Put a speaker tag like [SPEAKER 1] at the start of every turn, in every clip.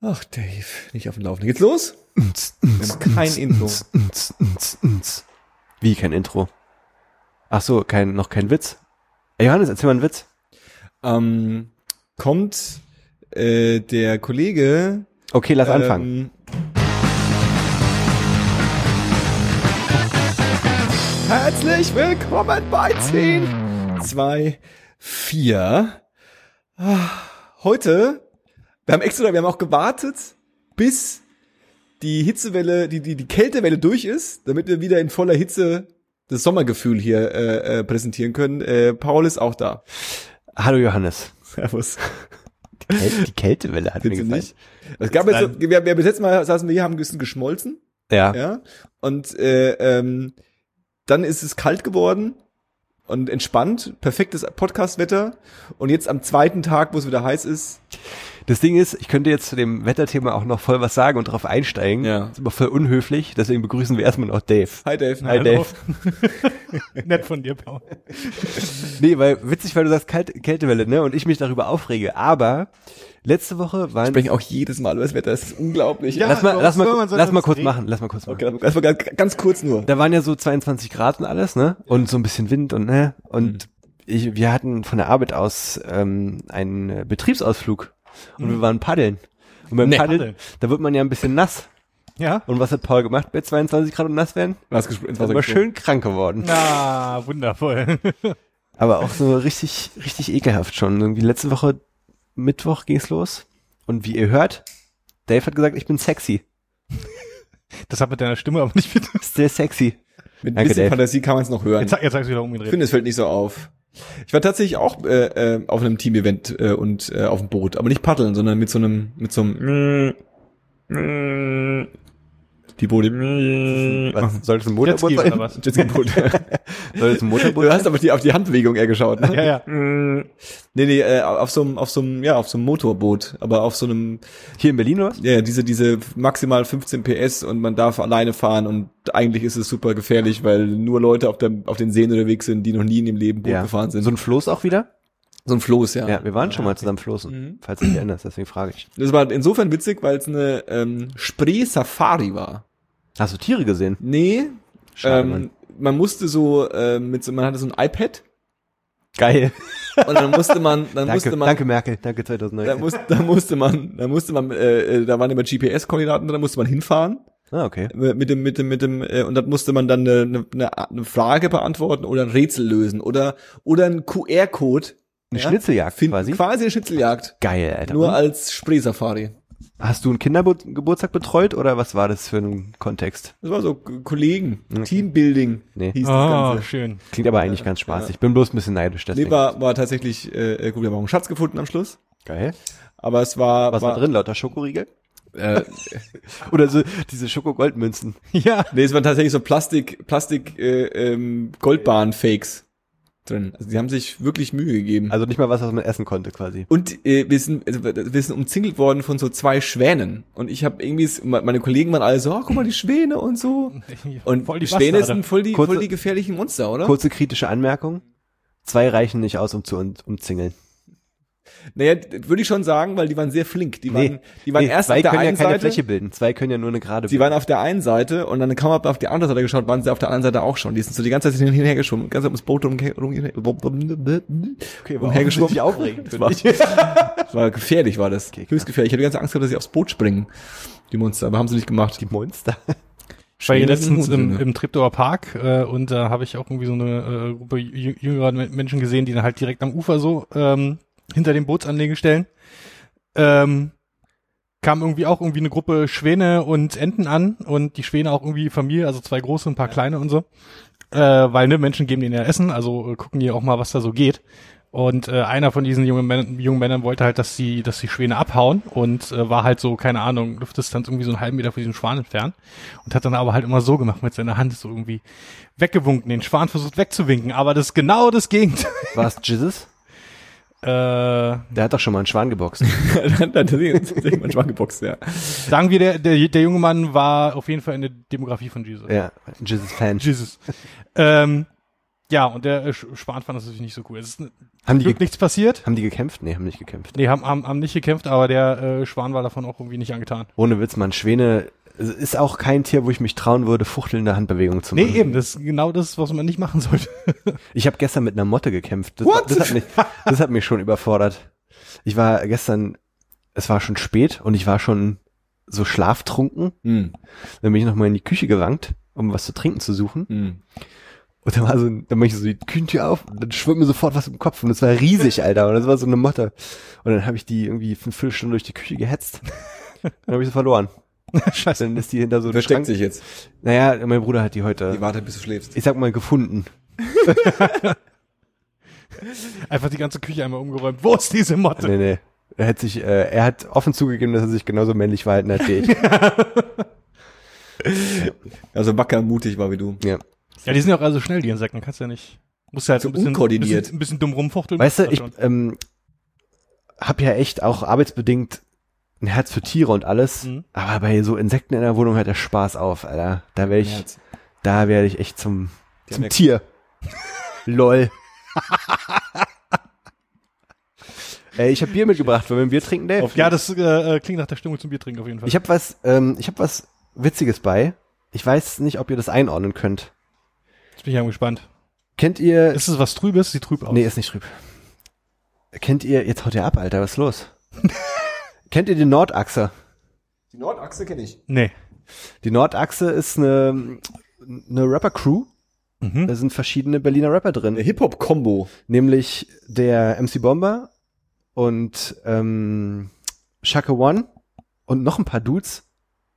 [SPEAKER 1] Ach, Dave, nicht auf dem Laufen. Geht's los? Wir haben kein Intro.
[SPEAKER 2] Wie kein Intro? Ach so, kein, noch kein Witz. Ey, Johannes, erzähl mal einen Witz.
[SPEAKER 1] Ähm, kommt äh, der Kollege.
[SPEAKER 2] Okay, lass
[SPEAKER 1] ähm,
[SPEAKER 2] anfangen.
[SPEAKER 1] Herzlich willkommen bei 10, 2, 4. Ah, Heute, wir haben extra, wir haben auch gewartet, bis die Hitzewelle, die, die, die Kältewelle durch ist, damit wir wieder in voller Hitze das Sommergefühl hier äh, äh, präsentieren können. Äh, Paul ist auch da.
[SPEAKER 2] Hallo Johannes.
[SPEAKER 1] Servus.
[SPEAKER 2] Die, Kälte, die Kältewelle hat mir
[SPEAKER 1] Findest du
[SPEAKER 2] gefallen.
[SPEAKER 1] nicht? Es gab jetzt, so- wir, wir bis jetzt mal saßen wir hier, haben ein bisschen geschmolzen,
[SPEAKER 2] Ja.
[SPEAKER 1] ja. Und äh, ähm, dann ist es kalt geworden und entspannt, perfektes Podcast-Wetter. Und jetzt am zweiten Tag, wo es wieder heiß ist,
[SPEAKER 2] Das Ding ist, ich könnte jetzt zu dem Wetterthema auch noch voll was sagen und drauf einsteigen.
[SPEAKER 1] Ja.
[SPEAKER 2] Ist aber voll unhöflich, deswegen begrüßen wir erstmal noch Dave.
[SPEAKER 1] hi Dave.
[SPEAKER 2] Hi,
[SPEAKER 3] Hallo. Nett von dir, Paul.
[SPEAKER 2] Nee, weil witzig, weil du sagst Kalt Kältewelle, ne? Und ich mich darüber aufrege. Aber letzte Woche waren.
[SPEAKER 1] sprechen auch jedes Mal über das Wetter, das ist unglaublich.
[SPEAKER 3] Ja.
[SPEAKER 2] lass mal,
[SPEAKER 3] warum
[SPEAKER 2] lass mal,
[SPEAKER 3] soll man so
[SPEAKER 2] lass mal
[SPEAKER 3] etwas
[SPEAKER 2] kurz
[SPEAKER 3] reden?
[SPEAKER 2] machen. Lass mal kurz machen.
[SPEAKER 1] Okay, erstmal ganz, ganz kurz nur.
[SPEAKER 2] Da waren ja so 22 Grad und alles, ne? Und so ein bisschen Wind und ne? Und
[SPEAKER 1] Mhm.
[SPEAKER 2] ich, wir hatten von der Arbeit aus ähm, einen äh, Betriebsausflug und wir waren paddeln. Und beim
[SPEAKER 1] Mhm. Nee.
[SPEAKER 2] paddeln,
[SPEAKER 3] Paddeln.
[SPEAKER 2] da wird man ja ein bisschen nass.
[SPEAKER 3] Ja?
[SPEAKER 2] Und was hat Paul gemacht bei 22 Grad und nass werden?
[SPEAKER 1] Was gespr- ins
[SPEAKER 2] Ist
[SPEAKER 1] Wasser
[SPEAKER 2] aber
[SPEAKER 1] gesprungen.
[SPEAKER 2] schön krank geworden.
[SPEAKER 3] Na, wundervoll.
[SPEAKER 2] Aber auch so richtig, richtig ekelhaft schon. Irgendwie letzte Woche Mittwoch ging's los. Und wie ihr hört, Dave hat gesagt, ich bin sexy.
[SPEAKER 3] Das hat mit deiner Stimme aber nicht viel.
[SPEAKER 2] Still sexy.
[SPEAKER 1] Mit ein
[SPEAKER 2] Danke,
[SPEAKER 1] bisschen
[SPEAKER 2] Dave.
[SPEAKER 1] Fantasie kann man es noch hören.
[SPEAKER 3] Jetzt, jetzt sagst du wieder
[SPEAKER 1] Ich
[SPEAKER 3] umgedreht.
[SPEAKER 1] finde, es fällt nicht so auf. Ich war tatsächlich auch äh, äh, auf einem Team-Event äh, und äh, auf dem Boot, aber nicht paddeln, sondern mit so einem, mit so einem die Boote.
[SPEAKER 2] Was, soll es ein
[SPEAKER 3] Jetzt
[SPEAKER 2] Motorboot
[SPEAKER 3] geht oder
[SPEAKER 2] sein?
[SPEAKER 3] was?
[SPEAKER 1] Jetzt geht Boot.
[SPEAKER 2] Soll es ein Motorboot
[SPEAKER 1] Du
[SPEAKER 2] sein?
[SPEAKER 1] hast aber die, auf die Handbewegung eher geschaut, ne?
[SPEAKER 3] Ja, ja.
[SPEAKER 1] Nee, nee, äh, auf so einem, auf so einem, ja, auf so einem Motorboot, aber auf so einem,
[SPEAKER 2] Hier in Berlin oder was?
[SPEAKER 1] ja, ja, diese, diese maximal 15 PS und man darf alleine fahren und eigentlich ist es super gefährlich, weil nur Leute auf, dem, auf den Seen unterwegs sind, die noch nie in ihrem Leben Boot gefahren sind.
[SPEAKER 2] So ein Floß auch wieder?
[SPEAKER 1] so ein Floß,
[SPEAKER 2] Ja, wir waren schon mal zusammen floßen,
[SPEAKER 1] Mhm.
[SPEAKER 2] falls du dich erinnerst, deswegen frage ich.
[SPEAKER 1] Das war insofern witzig, weil es eine ähm, Spree-Safari war.
[SPEAKER 2] Hast du Tiere gesehen?
[SPEAKER 1] Nee,
[SPEAKER 2] Schade,
[SPEAKER 1] ähm,
[SPEAKER 2] Mann.
[SPEAKER 1] man musste so äh, mit so, man hatte so ein iPad
[SPEAKER 2] Geil.
[SPEAKER 1] und dann musste man, dann musste
[SPEAKER 2] Danke,
[SPEAKER 1] man,
[SPEAKER 2] danke Merkel, danke
[SPEAKER 1] Da
[SPEAKER 2] 2019.
[SPEAKER 1] musste, da musste man, da musste man, äh, äh, da waren immer GPS-Koordinaten, drin, da musste man hinfahren
[SPEAKER 2] Ah, okay.
[SPEAKER 1] äh, mit dem, mit dem, mit dem, äh, und dann musste man dann eine, eine- eine, eine Frage beantworten oder ein Rätsel lösen oder oder einen QR-Code
[SPEAKER 2] Eine
[SPEAKER 1] Ja.
[SPEAKER 2] Schnitzeljagd
[SPEAKER 1] finden.
[SPEAKER 2] quasi.
[SPEAKER 1] Quasi, eine Schnitzeljagd,
[SPEAKER 2] Geil, Alter.
[SPEAKER 1] nur
[SPEAKER 2] Und
[SPEAKER 1] als Spree-Safari.
[SPEAKER 2] Hast du einen Kindergeburtstag betreut oder was war das für ein Kontext?
[SPEAKER 1] Das war so K- Kollegen, Teambuilding
[SPEAKER 2] Nee.
[SPEAKER 1] hieß das
[SPEAKER 3] Oh,
[SPEAKER 1] Ganze.
[SPEAKER 3] schön.
[SPEAKER 2] Klingt aber eigentlich ganz spaßig. Ich bin bloß ein bisschen neidisch
[SPEAKER 1] Äh, Nee,
[SPEAKER 2] deswegen.
[SPEAKER 1] war, war tatsächlich äh, gut, wir haben auch einen Schatz gefunden am Schluss.
[SPEAKER 2] Geil.
[SPEAKER 1] Aber es war,
[SPEAKER 2] Was war drin? Lauter Schokoriegel?
[SPEAKER 1] Äh,
[SPEAKER 2] Oder so diese Schokogoldmünzen.
[SPEAKER 3] Ja.
[SPEAKER 1] nee, es waren tatsächlich so Plastik, Plastik äh, ähm, Goldbahn-Fakes drin. Also die haben sich wirklich Mühe gegeben.
[SPEAKER 2] Also nicht mal was, was man essen konnte quasi.
[SPEAKER 1] Und äh, wir, sind, also, wir sind umzingelt worden von so zwei Schwänen. Und ich habe irgendwie, me- meine Kollegen waren alle so, oh, guck mal, die Schwäne und so. Und
[SPEAKER 3] Voll die
[SPEAKER 1] Schwäne
[SPEAKER 3] Bastarde.
[SPEAKER 1] sind voll die,
[SPEAKER 2] Kurze-
[SPEAKER 1] voll die gefährlichen Monster, oder?
[SPEAKER 2] Kurze kritische Anmerkung. Zwei reichen nicht aus, um zu un- umzingeln.
[SPEAKER 1] Naja, d- würde ich schon sagen, weil die waren sehr flink. Die waren,
[SPEAKER 2] Nee.
[SPEAKER 1] die waren
[SPEAKER 2] Nee,
[SPEAKER 1] erst
[SPEAKER 2] zwei
[SPEAKER 1] auf der
[SPEAKER 2] können ja
[SPEAKER 1] einen
[SPEAKER 2] keine
[SPEAKER 1] Seite.
[SPEAKER 2] Fläche bilden. Zwei können ja nur eine gerade
[SPEAKER 1] Die waren auf der einen Seite und dann kam man auf die andere Seite geschaut, waren sie auf der anderen Seite auch schon. Die sind so die ganze Zeit hin und her geschoben, die ganze Zeit ums Boot rumher- rumher-
[SPEAKER 2] okay,
[SPEAKER 1] umhergeschoben.
[SPEAKER 2] war aufregend.
[SPEAKER 1] Das war, das war gefährlich, war das.
[SPEAKER 2] Okay,
[SPEAKER 1] Höchst gefährlich. Ich hatte die ganze Angst gehabt, dass sie aufs Boot springen, die Monster. Aber haben sie nicht gemacht.
[SPEAKER 2] Die Monster.
[SPEAKER 3] Ich war hier
[SPEAKER 1] Schwäne sind
[SPEAKER 3] letztens
[SPEAKER 1] Hunde,
[SPEAKER 3] im,
[SPEAKER 1] ne?
[SPEAKER 3] im Treptower Park äh, und da habe ich auch irgendwie so eine äh, Gruppe jü- jüngerer Me- Menschen gesehen, die dann halt direkt am Ufer so ähm, hinter den Bootsanlegestellen ähm, kam irgendwie auch irgendwie eine Gruppe Schwäne und Enten an und die Schwäne auch irgendwie Familie, also zwei große und ein paar kleine und so. Äh, weil ne, Menschen geben denen ja Essen, also äh, gucken die auch mal, was da so geht. Und äh, einer von diesen jungen, Män jungen Männern wollte halt, dass die, dass die Schwäne abhauen und äh, war halt so, keine Ahnung, Luftdistanz irgendwie so einen halben Meter von diesem Schwan entfernt und hat dann aber halt immer so gemacht mit seiner Hand, so irgendwie weggewunken, den Schwan versucht wegzuwinken, aber das ist genau das Gegenteil.
[SPEAKER 2] War es Jesus?
[SPEAKER 3] Äh,
[SPEAKER 2] Der hat doch schon mal einen Schwan geboxt.
[SPEAKER 1] dann hat er manchmal geboxt, ja.
[SPEAKER 3] sagen wir, der, der, der junge Mann war auf jeden Fall in der Demografie von Jesus.
[SPEAKER 2] ja, Jesus-Fan.
[SPEAKER 3] Jesus. Ähm, Ja, und der äh, Sch- Schwan fand das natürlich nicht so cool. Es ist n-
[SPEAKER 2] Haben die,
[SPEAKER 3] Glück
[SPEAKER 2] ge
[SPEAKER 3] nichts passiert.
[SPEAKER 2] haben die gekämpft? Nee, haben nicht gekämpft.
[SPEAKER 3] Nee, haben, haben, haben nicht gekämpft, aber der äh, Schwan war davon auch irgendwie nicht angetan.
[SPEAKER 2] Ohne Witz, man, Schwäne es ist auch kein Tier, wo ich mich trauen würde, fuchtelnde Handbewegungen zu
[SPEAKER 3] Nee,
[SPEAKER 2] machen.
[SPEAKER 3] eben, das ist genau das, was man nicht machen sollte.
[SPEAKER 2] Ich habe gestern mit einer Motte gekämpft. Das,
[SPEAKER 1] What?
[SPEAKER 2] das, hat mich, das hat mich schon überfordert. Ich war gestern, es war schon spät und ich war schon so schlaftrunken.
[SPEAKER 1] Mhm.
[SPEAKER 2] Dann bin ich nochmal in die Küche gewankt, um was zu trinken zu suchen.
[SPEAKER 1] Mhm.
[SPEAKER 2] Und dann war so, ein- dann mach ich so die Küchentür auf und dann schwimmt mir sofort was im Kopf und das war riesig, Alter. Und das war so eine Motte. Und dann habe ich die irgendwie für eine Viertelstunde durch die Küche gehetzt. Dann habe ich sie verloren.
[SPEAKER 3] Scheiße.
[SPEAKER 2] Dann ist die hinter so einem
[SPEAKER 1] Versteckt
[SPEAKER 2] Schrank.
[SPEAKER 1] sich jetzt.
[SPEAKER 2] Naja, mein Bruder hat die
[SPEAKER 1] Die
[SPEAKER 2] heute,
[SPEAKER 1] wartet, bis du schläfst.
[SPEAKER 2] ich sag mal, gefunden.
[SPEAKER 3] Einfach die ganze Küche einmal umgeräumt. Wo ist diese Motte?
[SPEAKER 2] Nee, nee. Er hat sich, äh, er hat offen zugegeben, dass er sich genauso männlich verhalten hat wie ich.
[SPEAKER 1] Also wacker mutig war wie du.
[SPEAKER 2] ja.
[SPEAKER 3] Ja, die sind ja auch also schnell, die Insekten. Kannst ja nicht. Musst ja halt
[SPEAKER 1] So
[SPEAKER 3] ein bisschen,
[SPEAKER 1] unkoordiniert.
[SPEAKER 3] bisschen, ein bisschen dumm rumfuchteln.
[SPEAKER 2] Weißt du,
[SPEAKER 3] Das
[SPEAKER 2] ich
[SPEAKER 3] schon.
[SPEAKER 2] ähm, habe ja echt auch arbeitsbedingt ein Herz für Tiere und alles.
[SPEAKER 3] Mhm.
[SPEAKER 2] Aber bei so Insekten in der Wohnung hört der Spaß auf, Alter. Da werde ich,
[SPEAKER 1] Merz.
[SPEAKER 2] da werde ich echt zum,
[SPEAKER 1] Die haben
[SPEAKER 2] zum
[SPEAKER 1] ja-
[SPEAKER 2] Tier. Lol. Ey, ich habe Bier mitgebracht, wollen wir ein Bier trinken, Dave?
[SPEAKER 3] Ja, das äh, äh, klingt nach der Stimmung zum Bier trinken auf jeden Fall.
[SPEAKER 2] Ich habe was, ähm, ich habe was Witziges bei. Ich weiß nicht, ob ihr das einordnen könnt.
[SPEAKER 3] Jetzt bin ich ja gespannt.
[SPEAKER 2] Kennt ihr?
[SPEAKER 3] Ist es was Trübes? Sieht trüb aus.
[SPEAKER 2] Nee, ist nicht trüb. Kennt ihr, jetzt haut ihr ab, Alter, was ist los? Kennt ihr die Nordachse?
[SPEAKER 1] Die Nordachse kenne ich.
[SPEAKER 3] Nee.
[SPEAKER 2] Die Nordachse ist eine, eine Rapper-Crew.
[SPEAKER 3] Mhm.
[SPEAKER 2] Da sind verschiedene Berliner Rapper
[SPEAKER 1] Eine
[SPEAKER 2] drin.
[SPEAKER 1] Hip-Hop-Kombo.
[SPEAKER 2] Nämlich der MC Bomber und ähm, Shaka One und noch ein paar Dudes.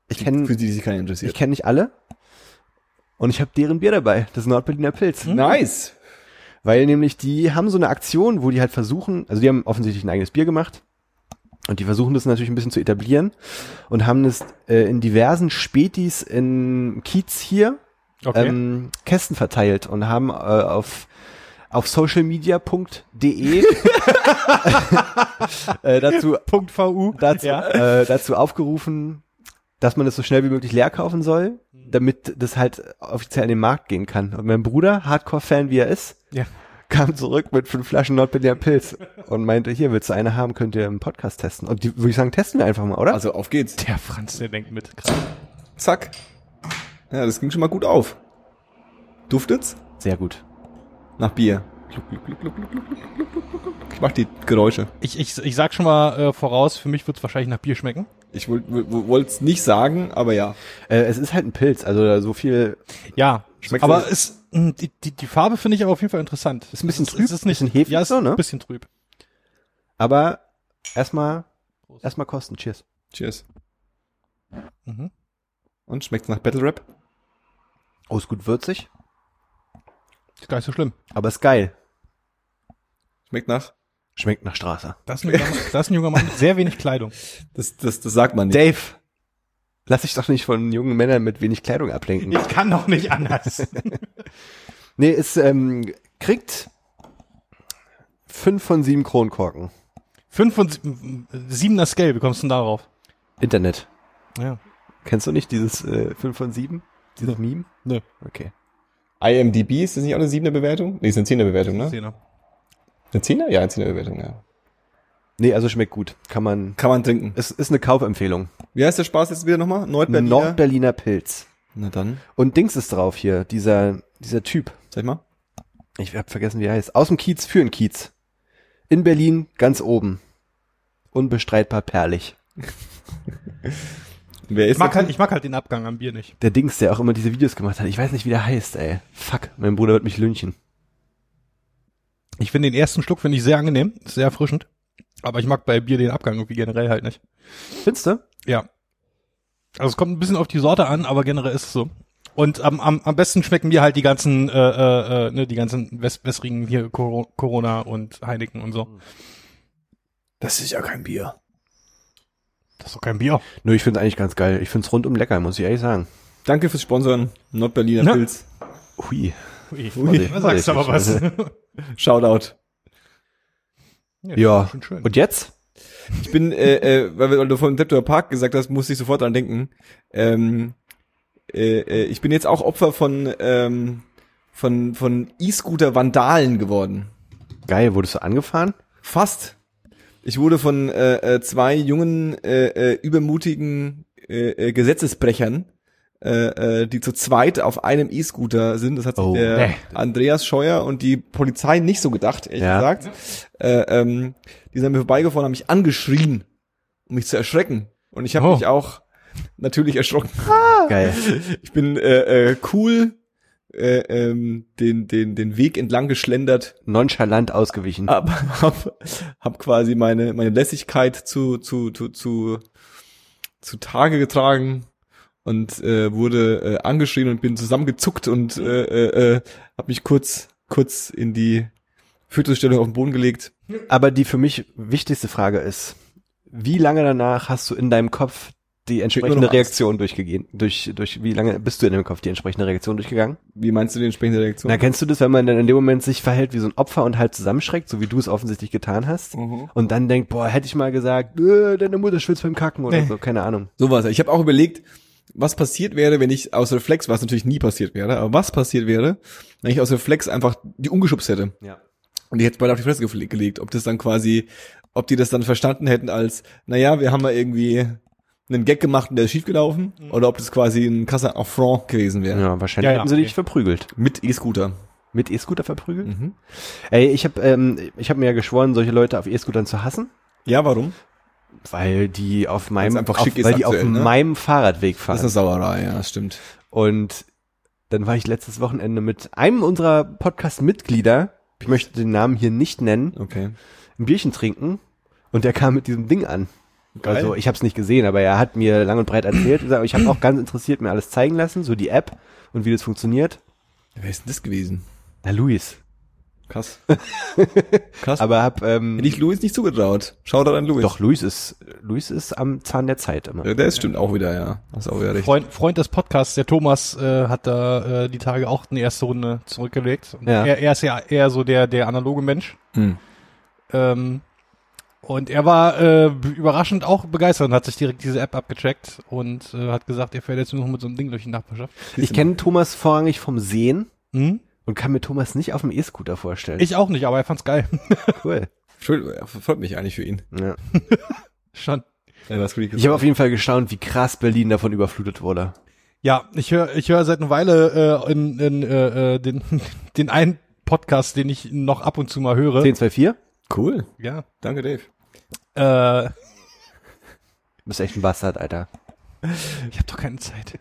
[SPEAKER 2] Ich
[SPEAKER 1] Für
[SPEAKER 2] kenne
[SPEAKER 1] die, die sich keiner
[SPEAKER 2] ich
[SPEAKER 1] interessiert.
[SPEAKER 2] kenn nicht alle. Und ich habe deren Bier dabei, das Nordberliner Pilz.
[SPEAKER 1] Mhm. Hm? Nice.
[SPEAKER 2] Weil nämlich die haben so eine Aktion, wo die halt versuchen, also die haben offensichtlich ein eigenes Bier gemacht und die versuchen das natürlich ein bisschen zu etablieren und haben das äh, in diversen Spätis in Kiez hier
[SPEAKER 3] Okay.
[SPEAKER 2] ähm, Kästen verteilt und haben äh, auf auf socialmedia.de äh, dazu
[SPEAKER 3] Punkt VU.
[SPEAKER 2] dazu,
[SPEAKER 3] Ja.
[SPEAKER 2] äh, dazu aufgerufen, dass man das so schnell wie möglich leer kaufen soll,
[SPEAKER 3] Mhm.
[SPEAKER 2] damit das halt offiziell in den Markt gehen kann. Und mein Bruder, Hardcore-Fan wie er ist,
[SPEAKER 3] Ja.
[SPEAKER 2] kam zurück mit fünf Flaschen Nordberliner Pilz und meinte, hier, willst du eine haben, könnt ihr im Podcast testen. Und die, würde ich sagen, testen wir einfach mal, oder?
[SPEAKER 1] Also auf geht's.
[SPEAKER 3] Der Franz, der denkt mit. Krass.
[SPEAKER 1] Zack. Ja, das ging schon mal gut auf. Duftet's?
[SPEAKER 2] Sehr gut.
[SPEAKER 1] Nach Bier. Gluck, gluck, gluck, gluck, gluck, gluck, gluck, gluck, gluck, gluck. Ich mach die Geräusche.
[SPEAKER 3] Ich, ich, ich sag schon mal äh, voraus, für mich wird es wahrscheinlich nach Bier schmecken.
[SPEAKER 1] Ich wollte es nicht sagen, aber ja.
[SPEAKER 2] Äh, es ist halt ein Pilz, also so viel,
[SPEAKER 3] Ja.
[SPEAKER 1] Schmeckt
[SPEAKER 3] aber
[SPEAKER 1] so-
[SPEAKER 3] es, mh, die, die, die Farbe finde ich aber auf jeden Fall interessant.
[SPEAKER 2] Ist ein bisschen
[SPEAKER 3] Es-
[SPEAKER 2] trüb,
[SPEAKER 3] Es ist nicht,
[SPEAKER 2] bisschen heftig
[SPEAKER 3] ja, es ist
[SPEAKER 2] so, ne?
[SPEAKER 3] ein bisschen trüb.
[SPEAKER 2] aber erstmal, erstmal kosten. Cheers.
[SPEAKER 1] Cheers.
[SPEAKER 3] Mhm.
[SPEAKER 1] Und schmeckt's nach Battle Rap?
[SPEAKER 2] Oh, ist gut würzig,
[SPEAKER 3] Ist gar nicht so schlimm.
[SPEAKER 2] aber ist geil.
[SPEAKER 1] Schmeckt nach?
[SPEAKER 2] Schmeckt nach Straße.
[SPEAKER 3] Das ist ein junger Mann, das ist ein junger Mann mit sehr wenig Kleidung.
[SPEAKER 1] Das, das, das sagt man nicht.
[SPEAKER 2] Dave, lass dich doch nicht von jungen Männern mit wenig Kleidung ablenken.
[SPEAKER 3] Ich kann doch nicht anders.
[SPEAKER 2] Nee, es ähm, kriegt fünf von sieben Kronkorken.
[SPEAKER 3] Fünf und sieben- siebener Scale, wie kommst du denn darauf?
[SPEAKER 2] Internet.
[SPEAKER 3] Ja.
[SPEAKER 2] Kennst du nicht dieses äh, fünf von sieben? Dieses Meme?
[SPEAKER 3] Nö.
[SPEAKER 2] Okay.
[SPEAKER 1] IMDB, ist das nicht auch eine 7er Bewertung? Nee, ist eine 10er Bewertung, ne?
[SPEAKER 3] Zehner.
[SPEAKER 1] Eine 10er? Ja, eine 10er Bewertung, ja.
[SPEAKER 2] Nee, also schmeckt gut. Kann man.
[SPEAKER 1] Kann man trinken.
[SPEAKER 2] Es ist eine Kaufempfehlung.
[SPEAKER 1] Wie heißt der Spaß jetzt wieder nochmal? Nordberliner?
[SPEAKER 2] Nordberliner Pilz.
[SPEAKER 1] Na dann,
[SPEAKER 2] Und Dings ist drauf hier, dieser, dieser Typ.
[SPEAKER 1] sag ich mal.
[SPEAKER 2] Ich hab vergessen, wie er heißt. Aus dem Kiez für den Kiez. In Berlin, ganz oben. Unbestreitbar perlig.
[SPEAKER 1] Wer
[SPEAKER 3] Ich
[SPEAKER 1] ist
[SPEAKER 3] mag,
[SPEAKER 1] der
[SPEAKER 3] halt, ich mag halt den Abgang am Bier nicht.
[SPEAKER 2] Der Dings, der auch immer diese Videos gemacht hat. Ich weiß nicht, wie der heißt, ey. Fuck, mein Bruder wird mich lynchen.
[SPEAKER 3] Ich finde den ersten Schluck finde ich sehr angenehm, sehr erfrischend. Aber ich mag bei Bier den Abgang irgendwie generell halt nicht.
[SPEAKER 2] Findest du?
[SPEAKER 3] Ja. Also es kommt ein bisschen auf die Sorte an, aber generell ist es so. Und am, am, am besten schmecken mir halt die ganzen, äh, äh, äh, ne, die ganzen West wässrigen hier Coro- Corona und Heineken und so.
[SPEAKER 1] Das ist ja kein Bier.
[SPEAKER 3] Das ist doch kein Bier.
[SPEAKER 2] Nö, ich find's eigentlich ganz geil. Ich find's rundum lecker, muss ich ehrlich sagen.
[SPEAKER 1] Danke fürs Sponsoren. Nordberliner
[SPEAKER 3] Ja.
[SPEAKER 1] Pilz.
[SPEAKER 2] Hui.
[SPEAKER 3] Ui,
[SPEAKER 1] Ui.
[SPEAKER 3] da sagst du aber was.
[SPEAKER 1] Shoutout.
[SPEAKER 2] Ja.
[SPEAKER 3] Schön, schön.
[SPEAKER 2] Und jetzt?
[SPEAKER 1] Ich bin, äh, äh, weil du vorhin Deptor Park gesagt hast, musste ich sofort dran denken. Ähm, äh, äh, ich bin jetzt auch Opfer von, ähm, von, von E-Scooter-Vandalen geworden.
[SPEAKER 2] Geil, wurdest du angefahren?
[SPEAKER 1] Fast. Ich wurde von äh, äh, zwei jungen, äh, äh, übermutigen äh, äh, Gesetzesbrechern, äh, äh, die zu zweit auf einem E-Scooter sind. Das hat sich
[SPEAKER 2] Oh,
[SPEAKER 1] der
[SPEAKER 3] nee.
[SPEAKER 1] Andreas Scheuer und die Polizei nicht so gedacht, ehrlich
[SPEAKER 2] Ja.
[SPEAKER 1] gesagt. Äh, ähm, die sind an mir vorbeigefahren, haben mich angeschrien, um mich zu erschrecken. Und ich habe
[SPEAKER 3] Oh.
[SPEAKER 1] mich auch natürlich erschrocken. Ah.
[SPEAKER 2] Geil.
[SPEAKER 1] Ich bin äh, äh, cool äh, ähm, den, den, den Weg entlang geschlendert
[SPEAKER 2] Nonchalant ausgewichen.
[SPEAKER 1] Ah. hab, hab, hab quasi meine, meine Lässigkeit zu, zu, zu, zu, zu Tage getragen und äh, wurde äh, angeschrien und bin zusammengezuckt und äh, äh, äh, hab mich kurz, kurz in die Fötusstellung auf den Boden gelegt.
[SPEAKER 2] Aber die für mich wichtigste Frage ist, wie lange danach hast du in deinem Kopf die
[SPEAKER 1] nur
[SPEAKER 2] entsprechende
[SPEAKER 1] noch
[SPEAKER 2] Reaktion durchgegeben? Durch, durch, wie lange bist du in deinem Kopf die entsprechende Reaktion durchgegangen?
[SPEAKER 1] Wie meinst du die entsprechende Reaktion?
[SPEAKER 2] Na, kennst du das, wenn man dann in dem Moment sich verhält wie so ein Opfer und halt zusammenschreckt, so wie du es offensichtlich getan hast? Und dann denkt, boah, hätte ich mal gesagt, äh, deine Mutter schwitzt beim Kacken oder
[SPEAKER 3] Nee.
[SPEAKER 2] so, keine Ahnung.
[SPEAKER 1] Sowas. Ich habe auch überlegt, was passiert wäre, wenn ich aus Reflex, was natürlich nie passiert wäre, aber was passiert wäre, wenn ich aus Reflex einfach die umgeschubst hätte.
[SPEAKER 2] Ja.
[SPEAKER 1] Und die hätten beide auf die Fresse gefle- gelegt, ob das dann quasi, ob die das dann verstanden hätten als, naja, wir haben mal irgendwie einen Gag gemacht und der ist schiefgelaufen, oder ob das quasi ein krasser Affront gewesen wäre.
[SPEAKER 2] Ja, wahrscheinlich
[SPEAKER 3] Ja, ja,
[SPEAKER 2] hätten sie
[SPEAKER 3] okay.
[SPEAKER 2] dich verprügelt.
[SPEAKER 1] Mit E-Scooter.
[SPEAKER 2] Mit E-Scooter verprügelt?
[SPEAKER 1] Mhm.
[SPEAKER 2] Ey, ich habe ähm, ich hab mir ja geschworen, solche Leute auf E-Scootern zu hassen.
[SPEAKER 1] Ja, warum?
[SPEAKER 2] Weil die auf meinem,
[SPEAKER 1] einfach
[SPEAKER 2] auf,
[SPEAKER 1] schick ist
[SPEAKER 2] weil die
[SPEAKER 1] aktuell,
[SPEAKER 2] auf
[SPEAKER 1] ne?
[SPEAKER 2] meinem Fahrradweg
[SPEAKER 1] Das ist eine
[SPEAKER 2] fahren.
[SPEAKER 1] Sauerei, ja, das stimmt.
[SPEAKER 2] Und dann war ich letztes Wochenende mit einem unserer Podcast-Mitglieder, ich möchte den Namen hier nicht nennen,
[SPEAKER 1] Okay.
[SPEAKER 2] ein Bierchen trinken und der kam mit diesem Ding an.
[SPEAKER 1] Geil.
[SPEAKER 2] Also ich habe es nicht gesehen, aber er hat mir lang und breit erzählt. gesagt, Ich habe auch ganz interessiert mir alles zeigen lassen, so die App und wie das funktioniert.
[SPEAKER 1] Wer ist denn das gewesen?
[SPEAKER 2] Na, Luis.
[SPEAKER 1] Krass. Krass. Aber
[SPEAKER 2] Aber hab, ähm,
[SPEAKER 1] hätte ich Louis nicht zugetraut. Schau da an Louis.
[SPEAKER 2] doch, Luis ist, Luis ist am Zahn der Zeit immer.
[SPEAKER 1] Ja, Der ist stimmt auch wieder, ja. Hast auch wieder recht.
[SPEAKER 3] Freund, Freund des Podcasts, der Thomas, äh, hat da äh, die Tage auch eine erste Runde zurückgelegt. Und
[SPEAKER 2] Ja.
[SPEAKER 3] Er, er ist ja eher so der, der analoge Mensch.
[SPEAKER 1] Hm.
[SPEAKER 3] Ähm, und er war äh, b- überraschend auch begeistert und hat sich direkt diese App abgecheckt und äh, hat gesagt, er fährt jetzt nur noch mit so einem Ding durch die Nachbarschaft.
[SPEAKER 2] Ich kenne Thomas vorrangig vom Sehen
[SPEAKER 3] Hm?
[SPEAKER 2] und kann mir Thomas nicht auf dem E-Scooter vorstellen.
[SPEAKER 3] Ich auch nicht, aber er fand's geil.
[SPEAKER 2] cool.
[SPEAKER 1] Schuld, freut mich eigentlich für ihn.
[SPEAKER 2] Ja.
[SPEAKER 3] Schon.
[SPEAKER 1] Ja, was Gutes
[SPEAKER 2] Ich habe auf jeden Fall gestaunt, wie krass Berlin davon überflutet wurde.
[SPEAKER 3] Ja, ich höre ich hör seit einer Weile äh, in, in, äh, äh, den, den einen Podcast, den ich noch ab und zu mal höre.
[SPEAKER 2] 1024?
[SPEAKER 1] Cool.
[SPEAKER 3] Ja.
[SPEAKER 1] Danke, Dave.
[SPEAKER 3] Äh,
[SPEAKER 2] Du bist echt ein Bastard, Alter.
[SPEAKER 3] ich habe doch keine Zeit.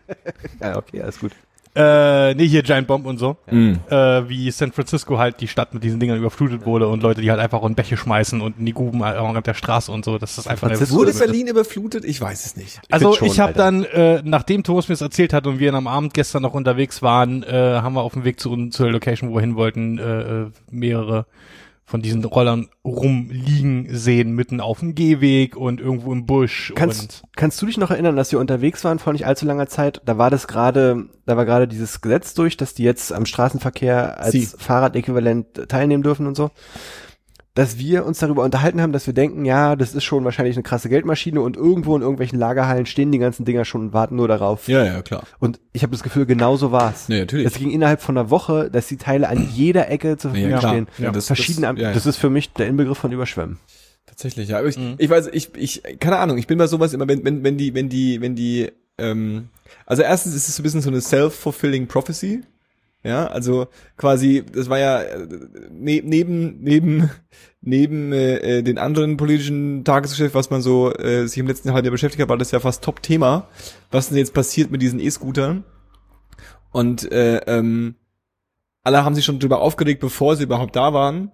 [SPEAKER 2] Ja, okay, alles gut.
[SPEAKER 3] Äh, nee, hier Giant Bomb und so.
[SPEAKER 1] Mhm.
[SPEAKER 3] Äh, wie San Francisco halt die Stadt mit diesen Dingern überflutet wurde und Leute, die halt einfach in Bäche schmeißen und in die Gruben auf der Straße und so. Das ist einfach eine
[SPEAKER 2] Francisco
[SPEAKER 1] Wurde
[SPEAKER 2] ist-
[SPEAKER 1] Berlin überflutet? Ich weiß es nicht.
[SPEAKER 3] Also
[SPEAKER 2] find schon,
[SPEAKER 3] ich habe
[SPEAKER 2] Alter.
[SPEAKER 3] dann, äh, nachdem Thomas mir das erzählt hat und wir dann am Abend gestern noch unterwegs waren, äh, haben wir auf dem Weg zu uns zur Location, wo wir hin wollten, äh, äh, mehrere von diesen Rollern rumliegen sehen, mitten auf dem Gehweg und irgendwo im Busch.
[SPEAKER 2] Kannst, kannst du dich noch erinnern, dass wir unterwegs waren vor nicht allzu langer Zeit? Da war das gerade, da war gerade dieses Gesetz durch, dass die jetzt am Straßenverkehr als
[SPEAKER 1] Sie.
[SPEAKER 2] Fahrradäquivalent teilnehmen dürfen und so. Dass wir uns darüber unterhalten haben, dass wir denken, ja, das ist schon wahrscheinlich eine krasse Geldmaschine und irgendwo in irgendwelchen Lagerhallen stehen die ganzen Dinger schon und warten nur darauf.
[SPEAKER 1] Ja, ja, klar.
[SPEAKER 2] Und ich habe das Gefühl, genau so war's.
[SPEAKER 1] Nee, natürlich.
[SPEAKER 2] Es ging innerhalb von einer Woche, dass die Teile an jeder Ecke zur Verfügung
[SPEAKER 1] Ja, klar.
[SPEAKER 2] stehen.
[SPEAKER 1] Ja, das-
[SPEAKER 2] Verschieden
[SPEAKER 1] das-
[SPEAKER 2] am,
[SPEAKER 1] ja, ja.
[SPEAKER 2] das ist für mich der Inbegriff von Überschwemmen.
[SPEAKER 1] Tatsächlich, ja. Aber ich, ich weiß, ich, ich, keine Ahnung, ich bin bei sowas immer, wenn, wenn, wenn die, wenn die, wenn die, ähm, also erstens ist es so ein bisschen so eine self-fulfilling prophecy. Ja, also quasi, das war ja äh, ne, neben, neben, neben äh, äh, den anderen politischen Tagesgeschäft, was man so äh, sich im letzten halben Jahr beschäftigt hat, war das ja fast Top-Thema, was denn jetzt passiert mit diesen E-Scootern. Und äh, ähm, alle haben sich schon drüber aufgeregt, bevor sie überhaupt da waren.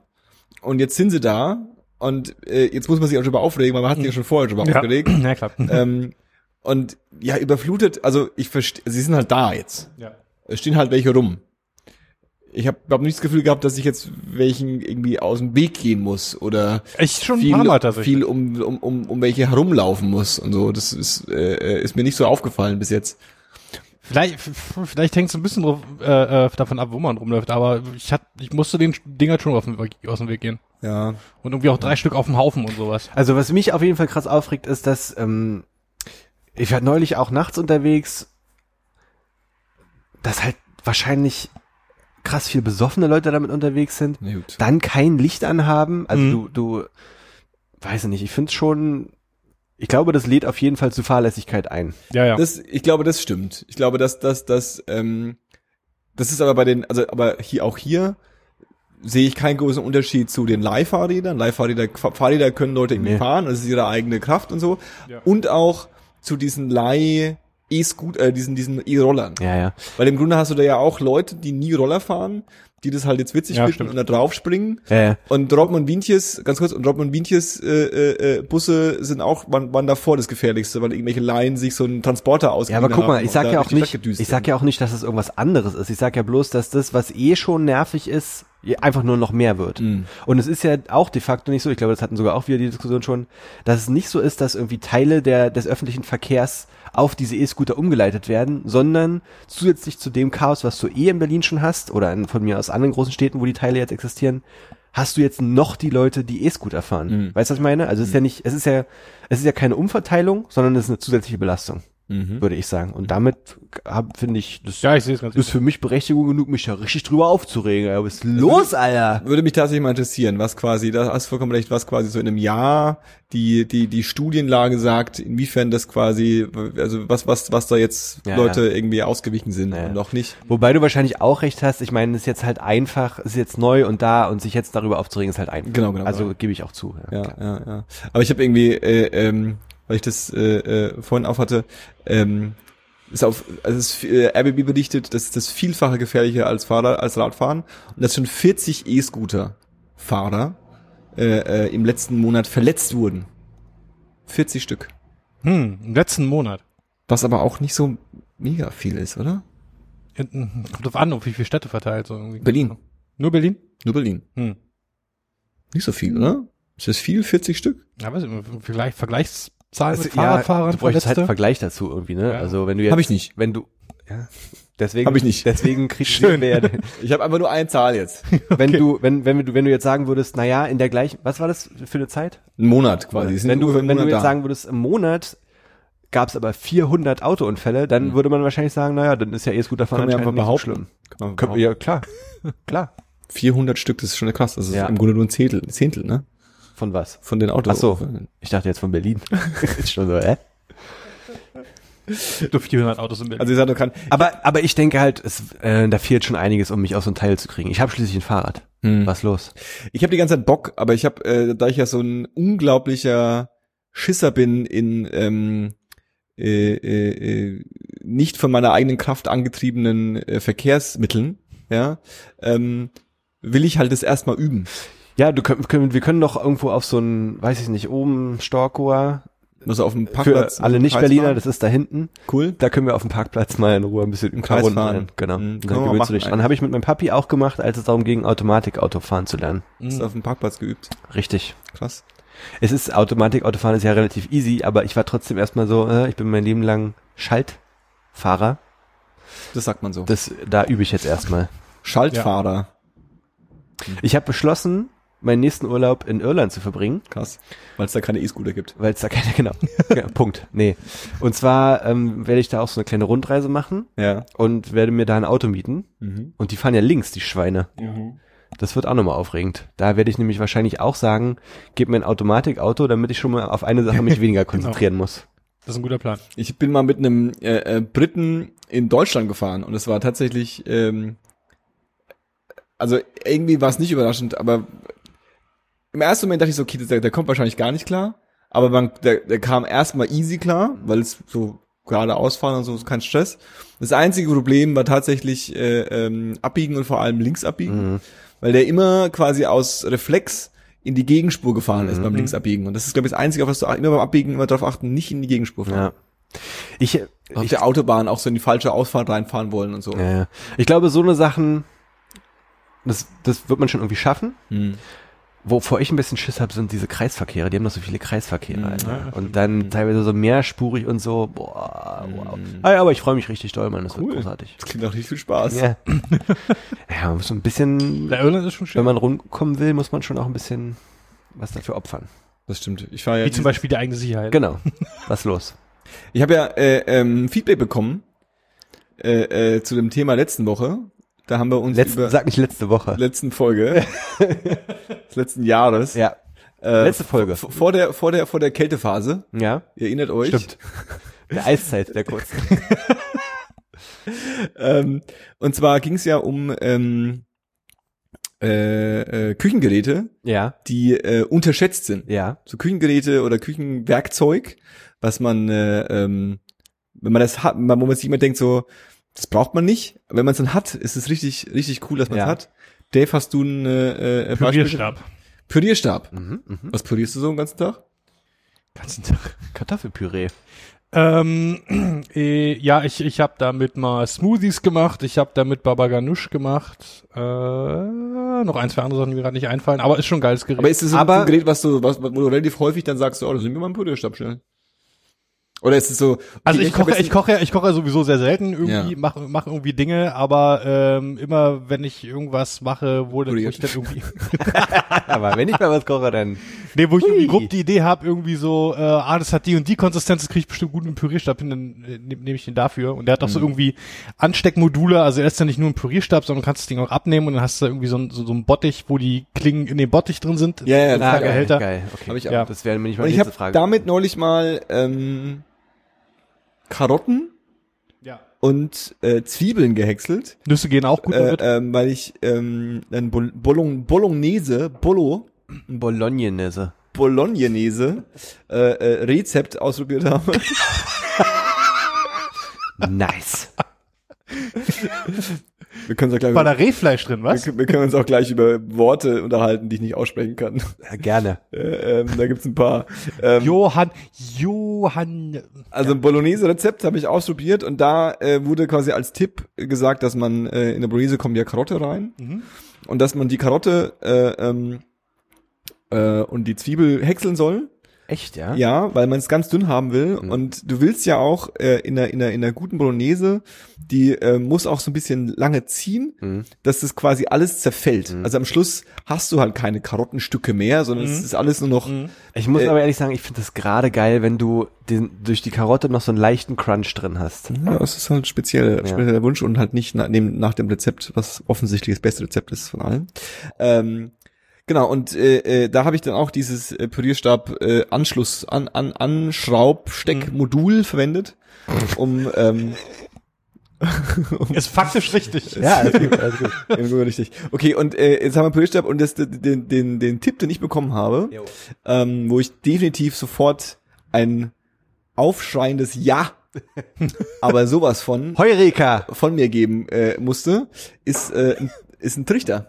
[SPEAKER 1] Und jetzt sind sie da. Und äh, jetzt muss man sich auch drüber aufregen, weil man hat sich ja schon vorher drüber
[SPEAKER 3] ja.
[SPEAKER 1] aufgeregt.
[SPEAKER 3] ja, klar.
[SPEAKER 1] Ähm, und ja, überflutet, also ich verstehe, sie sind halt da jetzt.
[SPEAKER 3] ja.
[SPEAKER 1] Es stehen halt welche rum. Ich habe überhaupt nicht das Gefühl gehabt, dass ich jetzt welchen irgendwie aus dem Weg gehen muss oder
[SPEAKER 3] Ich schon ein
[SPEAKER 1] viel,
[SPEAKER 3] paar Mal tatsächlich.
[SPEAKER 1] viel um, um, um, um welche herumlaufen muss und so. Das ist, äh, äh, ist mir nicht so aufgefallen bis jetzt.
[SPEAKER 3] Vielleicht, f- f- vielleicht hängt es ein bisschen drauf, äh, äh, davon ab, wo man rumläuft, aber ich, hat, ich musste den Dingern schon auf dem, aus dem Weg gehen.
[SPEAKER 1] Ja.
[SPEAKER 3] Und irgendwie auch drei Stück auf dem Haufen und sowas.
[SPEAKER 2] Also was mich auf jeden Fall krass aufregt, ist, dass ähm, ich war neulich auch nachts unterwegs, dass halt wahrscheinlich krass viel besoffene Leute damit unterwegs sind.
[SPEAKER 1] Na gut.
[SPEAKER 2] Dann kein Licht anhaben. Also
[SPEAKER 3] Mhm.
[SPEAKER 2] du, du, weiß ich nicht, ich find's schon, ich glaube, das lädt auf jeden Fall zu Fahrlässigkeit ein.
[SPEAKER 3] Ja, ja.
[SPEAKER 1] Das, ich glaube, das stimmt. Ich glaube, dass dass dass ähm, das ist aber bei den, also aber hier auch hier sehe ich keinen großen Unterschied zu den Leihfahrrädern. Leihfahrräder, Fa- Fahrräder können Leute irgendwie
[SPEAKER 2] Nee.
[SPEAKER 1] fahren, das ist ihre eigene Kraft und so.
[SPEAKER 3] Ja.
[SPEAKER 1] Und auch zu diesen Leih E-Scoot, äh, diesen diesen E-Rollern.
[SPEAKER 2] Ja, ja.
[SPEAKER 1] Weil im Grunde hast du da ja auch Leute, die nie Roller fahren, die das halt jetzt witzig
[SPEAKER 3] Ja,
[SPEAKER 1] finden
[SPEAKER 3] stimmt.
[SPEAKER 1] und da drauf springen.
[SPEAKER 2] Ja, ja.
[SPEAKER 1] Und Robben und Wientjes, ganz kurz, und Robben und Wientjes äh, äh, äh, Busse sind auch, waren, waren davor das Gefährlichste, weil irgendwelche Laien sich so einen Transporter
[SPEAKER 2] Ja,
[SPEAKER 1] ausgeliehen
[SPEAKER 2] aber guck
[SPEAKER 1] haben
[SPEAKER 2] mal, ich
[SPEAKER 1] und
[SPEAKER 2] sag
[SPEAKER 1] da
[SPEAKER 2] ja
[SPEAKER 1] durch
[SPEAKER 2] auch
[SPEAKER 1] die
[SPEAKER 2] nicht,
[SPEAKER 1] Stadt gedüst
[SPEAKER 2] ich
[SPEAKER 1] sind.
[SPEAKER 2] sag ja auch nicht, dass es irgendwas anderes ist. Ich sag ja bloß, dass das, was eh schon nervig ist, je- einfach nur noch mehr wird.
[SPEAKER 1] Mhm.
[SPEAKER 2] Und es ist ja auch de facto nicht so, ich glaube, das hatten sogar auch wieder die Diskussion schon, dass es nicht so ist, dass irgendwie Teile der, des öffentlichen Verkehrs auf diese E-Scooter umgeleitet werden, sondern zusätzlich zu dem Chaos, was du eh in Berlin schon hast, oder in, von mir aus anderen großen Städten, wo die Teile jetzt existieren, hast du jetzt noch die Leute, die E-Scooter fahren.
[SPEAKER 1] Mhm.
[SPEAKER 2] Weißt du, was ich meine? Also es ist ja nicht, es ist ja, es ist ja keine Umverteilung, sondern es ist eine zusätzliche Belastung
[SPEAKER 1] Mhm.
[SPEAKER 2] würde ich sagen. Und damit hab- finde ich, das
[SPEAKER 3] ja, ich sehe es ganz
[SPEAKER 2] ist für mich Berechtigung genug, mich da richtig drüber aufzuregen. Ja, was ist los, Alter?
[SPEAKER 1] Würde mich tatsächlich mal interessieren, was quasi, da hast du vollkommen recht, was quasi so in einem Jahr die, die, die Studienlage sagt, inwiefern das quasi, also was, was, was da jetzt
[SPEAKER 2] Ja,
[SPEAKER 1] Leute irgendwie ausgewichen sind
[SPEAKER 2] Ja.
[SPEAKER 1] und noch nicht.
[SPEAKER 2] Wobei du wahrscheinlich auch recht hast. Ich meine, es ist jetzt halt einfach, es ist jetzt neu und da und sich jetzt darüber aufzuregen ist halt einfach.
[SPEAKER 1] Genau, genau,
[SPEAKER 2] Also
[SPEAKER 1] genau.
[SPEAKER 2] gebe ich auch zu. Ja.
[SPEAKER 1] ja, ja, ja. Aber ich habe irgendwie, äh, ähm, weil ich das äh, äh, vorhin auch hatte, ähm, ist auf, also es, äh, RBB berichtet, dass das Vielfache gefährlicher als Fahrer, als Radfahren und dass schon 40 E-Scooter-Fahrer äh, äh, im letzten Monat verletzt wurden. 40 Stück.
[SPEAKER 3] Hm, im letzten Monat.
[SPEAKER 1] Was aber auch nicht so mega viel ist, oder?
[SPEAKER 3] Hinten- Kommt drauf an, auf wie viele Städte verteilt. So irgendwie.
[SPEAKER 1] Berlin.
[SPEAKER 3] Nur Berlin?
[SPEAKER 1] Nur Berlin.
[SPEAKER 3] Hm.
[SPEAKER 1] Nicht so viel, oder? Ist das viel? 40 Stück?
[SPEAKER 3] Ja, weiß ich, nicht, Vergleich, Vergleichszahl
[SPEAKER 2] Also,
[SPEAKER 3] mit
[SPEAKER 2] ja,
[SPEAKER 3] Fahrradfahrern,
[SPEAKER 2] du bräuchtest halt einen
[SPEAKER 3] Verletzte.
[SPEAKER 2] Vergleich dazu irgendwie, ne?
[SPEAKER 3] Ja.
[SPEAKER 2] Also wenn du jetzt,
[SPEAKER 1] Hab ich nicht.
[SPEAKER 2] wenn du, ja, deswegen,
[SPEAKER 1] Hab ich nicht.
[SPEAKER 2] Deswegen kritisieren
[SPEAKER 3] Schön.
[SPEAKER 2] wir ja, den-
[SPEAKER 1] Ich habe einfach nur eine Zahl jetzt.
[SPEAKER 2] wenn du, wenn, wenn du, wenn du jetzt sagen würdest, na ja, in der gleichen, was war das für eine Zeit?
[SPEAKER 1] Ein Monat quasi. Die sind
[SPEAKER 2] Wenn du,
[SPEAKER 1] ungefähr einen
[SPEAKER 2] wenn du
[SPEAKER 1] Monat
[SPEAKER 2] jetzt
[SPEAKER 1] da.
[SPEAKER 2] sagen würdest, im Monat gab es aber 400 Autounfälle, dann würde man wahrscheinlich sagen, naja, dann ist ja eh E-Scooterfahren
[SPEAKER 1] Mhm. Können wir
[SPEAKER 2] anscheinend nicht
[SPEAKER 1] einfach
[SPEAKER 2] so
[SPEAKER 1] behaupten.
[SPEAKER 2] schlimm.
[SPEAKER 1] Kann man
[SPEAKER 2] Können wir- ja, klar. klar.
[SPEAKER 1] 400 Stück, das ist schon krass. Das ist
[SPEAKER 2] Ja.
[SPEAKER 1] im Grunde nur ein Zehntel, Zehntel ne?
[SPEAKER 2] Von was?
[SPEAKER 1] Von den Autos.
[SPEAKER 2] Ach so, ich dachte jetzt von Berlin. ist schon so, äh?
[SPEAKER 3] Du 400 Autos in Berlin.
[SPEAKER 1] Also ich sage, kann.
[SPEAKER 2] Aber, aber ich denke halt, es, äh, da fehlt schon einiges, um mich aus so einem Teil zu kriegen. Ich habe schließlich ein Fahrrad.
[SPEAKER 1] Mhm.
[SPEAKER 2] Was los?
[SPEAKER 1] Ich habe die ganze Zeit Bock, aber ich habe, äh, da ich ja so ein unglaublicher Schisser bin in ähm, äh, äh, äh, nicht von meiner eigenen Kraft angetriebenen äh, Verkehrsmitteln, ja, ähm, will ich halt das erstmal üben.
[SPEAKER 2] Ja, du können, können, wir können doch irgendwo auf so einen, weiß ich nicht, oben Storkower.
[SPEAKER 1] Also auf dem
[SPEAKER 2] Für
[SPEAKER 1] Parkplatz.
[SPEAKER 2] alle
[SPEAKER 1] im
[SPEAKER 2] Nicht-Berliner,
[SPEAKER 1] Kreis
[SPEAKER 2] das ist da hinten.
[SPEAKER 1] fahren. cool.
[SPEAKER 2] da können wir auf dem Parkplatz mal in Ruhe ein bisschen
[SPEAKER 1] Im
[SPEAKER 2] im
[SPEAKER 1] Kreis
[SPEAKER 2] Kreis runter
[SPEAKER 1] fahren.
[SPEAKER 2] rennen. Genau.
[SPEAKER 1] Mhm,
[SPEAKER 2] Und
[SPEAKER 1] können wir
[SPEAKER 2] dann
[SPEAKER 1] mal
[SPEAKER 2] gewöhnst du
[SPEAKER 1] machen
[SPEAKER 2] dich dran. Habe ich mit meinem Papi auch gemacht, als es darum ging, Automatik-Auto fahren zu lernen.
[SPEAKER 1] Ist auf dem Parkplatz geübt.
[SPEAKER 2] Richtig.
[SPEAKER 1] Krass.
[SPEAKER 2] Es ist, Automatik-Auto fahren ist ja relativ easy, aber ich war trotzdem erstmal so, äh, ich bin mein Leben lang Schaltfahrer.
[SPEAKER 1] Das sagt man so.
[SPEAKER 2] Das, da übe ich jetzt erstmal.
[SPEAKER 1] Schaltfahrer.
[SPEAKER 2] Ich habe beschlossen, meinen nächsten Urlaub in Irland zu verbringen.
[SPEAKER 1] Krass. Weil es da keine E-Scooter gibt.
[SPEAKER 2] Weil es da keine, genau. Ja, Punkt. Nee. Und zwar ähm, werde ich da auch so eine kleine Rundreise machen
[SPEAKER 1] Ja.
[SPEAKER 2] und werde mir da ein Auto mieten.
[SPEAKER 1] Mhm.
[SPEAKER 2] Und die fahren ja links, die Schweine.
[SPEAKER 1] Mhm.
[SPEAKER 2] Das wird auch nochmal aufregend. Da werde ich nämlich wahrscheinlich auch sagen, gib mir ein Automatikauto, damit ich schon mal auf eine Sache mich
[SPEAKER 1] Genau.
[SPEAKER 2] weniger konzentrieren muss.
[SPEAKER 3] das ist ein guter Plan.
[SPEAKER 1] Ich bin mal mit einem äh, äh, Briten in Deutschland gefahren und es war tatsächlich, ähm, also irgendwie war es nicht überraschend, aber im ersten Moment dachte ich so, okay, der, der kommt wahrscheinlich gar nicht klar, aber man, der, der kam erstmal easy klar, weil es so geradeaus fahren und so ist kein Stress. Das einzige Problem war tatsächlich äh, ähm, abbiegen und vor allem links abbiegen, weil der immer quasi aus Reflex in die Gegenspur gefahren ist beim Linksabbiegen. Und das ist, glaube ich, das Einzige, auf was du ach- immer beim Abbiegen immer drauf achten, nicht in die Gegenspur fahren
[SPEAKER 2] Ja. Ich, äh,
[SPEAKER 1] auf
[SPEAKER 2] ich,
[SPEAKER 1] der Autobahn auch so in die falsche Ausfahrt reinfahren wollen und so.
[SPEAKER 2] ja, ja. ich glaube, so eine Sachen, das, das wird man schon irgendwie schaffen.
[SPEAKER 1] Hm.
[SPEAKER 2] Wovor ich ein bisschen Schiss habe, sind diese Kreisverkehre. Die haben noch so viele Kreisverkehre,
[SPEAKER 1] Mhm.
[SPEAKER 2] Alter.
[SPEAKER 3] Ja, das
[SPEAKER 2] und dann
[SPEAKER 1] Hm.
[SPEAKER 2] teilweise so mehrspurig und so. Boah, wow. Ah, ja, aber ich freue mich richtig doll, Mann. Das
[SPEAKER 1] Cool.
[SPEAKER 2] wird großartig.
[SPEAKER 1] Das klingt auch nicht viel Spaß.
[SPEAKER 2] Ja. ja, man muss so ein bisschen,
[SPEAKER 3] Der Irland ist schon schön.
[SPEAKER 2] wenn man rumkommen will, muss man schon auch ein bisschen was dafür opfern.
[SPEAKER 1] Das stimmt. Ich war ja.
[SPEAKER 3] Wie zum Beispiel die eigene Sicherheit.
[SPEAKER 2] Genau. Was los?
[SPEAKER 1] Ich habe ja äh, ähm, Feedback bekommen äh, äh, zu dem Thema letzten Woche. Da haben wir uns
[SPEAKER 2] Letzte,
[SPEAKER 1] über
[SPEAKER 2] sag nicht letzte Woche.
[SPEAKER 1] letzten Folge des letzten Jahres.
[SPEAKER 2] ja.
[SPEAKER 1] äh,
[SPEAKER 2] Letzte Folge.
[SPEAKER 1] v- Vor der, vor der, vor der Kältephase.
[SPEAKER 2] Ja.
[SPEAKER 1] Ihr erinnert euch.
[SPEAKER 2] Stimmt. Der Eiszeit, der kurzen.
[SPEAKER 1] Ähm, und zwar ging es ja um ähm, äh, äh, Küchengeräte,
[SPEAKER 2] Ja.
[SPEAKER 1] die äh, unterschätzt sind.
[SPEAKER 2] Ja.
[SPEAKER 1] So Küchengeräte oder Küchenwerkzeug, was man, äh, ähm, wenn man das hat, wo man sich immer denkt, so, das braucht man nicht. Wenn man es dann hat, ist es richtig, richtig cool, dass man es
[SPEAKER 2] Ja.
[SPEAKER 1] hat. Dave, hast du einen äh, äh, Beispiel?
[SPEAKER 3] Pürierstab.
[SPEAKER 1] Pürierstab.
[SPEAKER 2] Mhm, mhm.
[SPEAKER 1] Was pürierst du so den ganzen Tag?
[SPEAKER 3] Ganzen Tag.
[SPEAKER 2] Kartoffelpüree.
[SPEAKER 3] Ähm, äh, ja, ich, ich habe damit mal Smoothies gemacht, ich habe damit Baba Ganoush gemacht, äh, noch ein, zwei andere Sachen, die mir gerade nicht einfallen, aber ist schon ein geiles Gerät.
[SPEAKER 1] Aber ist es so
[SPEAKER 2] Aber-
[SPEAKER 1] ein Gerät, was du, was, wo du relativ häufig dann sagst, so, oh, das sind wir mal einen Pürierstab schnell? Oder ist es so,
[SPEAKER 3] also
[SPEAKER 1] okay,
[SPEAKER 3] ich
[SPEAKER 1] hab
[SPEAKER 3] koche,
[SPEAKER 1] jetzt
[SPEAKER 3] ich koche, ja- ich koche ja sowieso sehr selten irgendwie,
[SPEAKER 1] Ja.
[SPEAKER 3] mache mache irgendwie Dinge, aber ähm, immer wenn ich irgendwas mache, wo, wo ich
[SPEAKER 1] Püriert.
[SPEAKER 3] dann irgendwie
[SPEAKER 2] Aber wenn ich mal was koche, dann.
[SPEAKER 3] Nee, wo ich irgendwie
[SPEAKER 2] Hui.
[SPEAKER 3] grob die Idee habe, irgendwie so, äh, ah, das hat die und die Konsistenz, das kriege ich bestimmt gut mit dem Pürierstab hin, dann äh, nehme nehm ich den dafür. Und der hat auch
[SPEAKER 1] Mhm.
[SPEAKER 3] so irgendwie Ansteckmodule, also er ist ja nicht nur ein Pürierstab, sondern kannst das Ding auch abnehmen und dann hast du da irgendwie so, ein- so, so ein Bottich, wo die Klingen in dem Bottich drin sind.
[SPEAKER 1] Ja,
[SPEAKER 2] Ah,
[SPEAKER 1] ja,
[SPEAKER 3] Na,
[SPEAKER 1] das
[SPEAKER 3] geil.
[SPEAKER 1] geil.
[SPEAKER 3] Behälter.
[SPEAKER 2] Geil, okay.
[SPEAKER 1] Hab ich auch.
[SPEAKER 3] Ja.
[SPEAKER 2] Das wäre nämlich
[SPEAKER 1] Und
[SPEAKER 2] meine
[SPEAKER 1] ich
[SPEAKER 2] nächste
[SPEAKER 1] habe
[SPEAKER 2] Frage.
[SPEAKER 1] damit neulich mal ähm, Karotten
[SPEAKER 3] Ja.
[SPEAKER 1] und äh, Zwiebeln gehäckselt,
[SPEAKER 3] Nüsse gehen auch gut
[SPEAKER 1] äh,
[SPEAKER 3] damit.
[SPEAKER 1] ähm, weil ich ähm, ein Bol Bolong Bolognese, Bolo,
[SPEAKER 2] Bolognese.
[SPEAKER 1] Bolognese äh, äh, Rezept ausprobiert habe.
[SPEAKER 2] Nice.
[SPEAKER 1] Wir können uns auch
[SPEAKER 3] War da
[SPEAKER 1] gleich,
[SPEAKER 3] Rehfleisch drin,
[SPEAKER 1] wir,
[SPEAKER 3] was?
[SPEAKER 1] können- wir können uns auch gleich über Worte unterhalten, die ich nicht aussprechen kann.
[SPEAKER 2] ja, gerne.
[SPEAKER 1] Äh, ähm, da gibt's ein paar. Ähm,
[SPEAKER 3] Johann, Johann,
[SPEAKER 1] Also ein Bolognese-Rezept habe ich ausprobiert und da äh, wurde quasi als Tipp gesagt, dass man äh, in der Bolognese kommt ja Karotte rein
[SPEAKER 3] Mhm.
[SPEAKER 1] und dass man die Karotte äh, ähm, äh, und die Zwiebel häckseln soll.
[SPEAKER 2] Echt, ja? Mhm.
[SPEAKER 1] Ja, weil man es ganz dünn haben will und du willst ja auch äh, in einer in einer in einer guten Bolognese, die äh, muss auch so ein bisschen lange ziehen,
[SPEAKER 2] Mhm.
[SPEAKER 1] dass das quasi alles zerfällt. Also am Schluss hast du halt keine Karottenstücke mehr, sondern es ist alles nur noch
[SPEAKER 2] Ich muss
[SPEAKER 1] Äh,
[SPEAKER 2] aber ehrlich sagen, ich finde das gerade geil, wenn du den, durch die Karotte noch so einen leichten Crunch drin hast.
[SPEAKER 1] Ja, es ist halt speziell,
[SPEAKER 2] Ja.
[SPEAKER 1] spezieller Wunsch und halt nicht nach dem, nach dem Rezept, was offensichtlich das beste Rezept ist von allen. Ähm, genau, und äh, äh, da habe ich dann auch dieses äh, Pürierstab äh, Anschluss, an, an, Anschraubsteckmodul verwendet, um ähm,
[SPEAKER 3] ist faktisch
[SPEAKER 1] Äh,
[SPEAKER 3] richtig.
[SPEAKER 2] Ja, alles gut, alles gut.
[SPEAKER 1] im Grunde richtig. Okay, und äh, jetzt haben wir Pürierstab und das, den, den, den Tipp, den ich bekommen habe, ähm, wo ich definitiv sofort ein aufschreiendes Ja, aber sowas von
[SPEAKER 2] Heureka!
[SPEAKER 1] von mir geben äh, musste, ist, äh, ein- ist ein Trichter.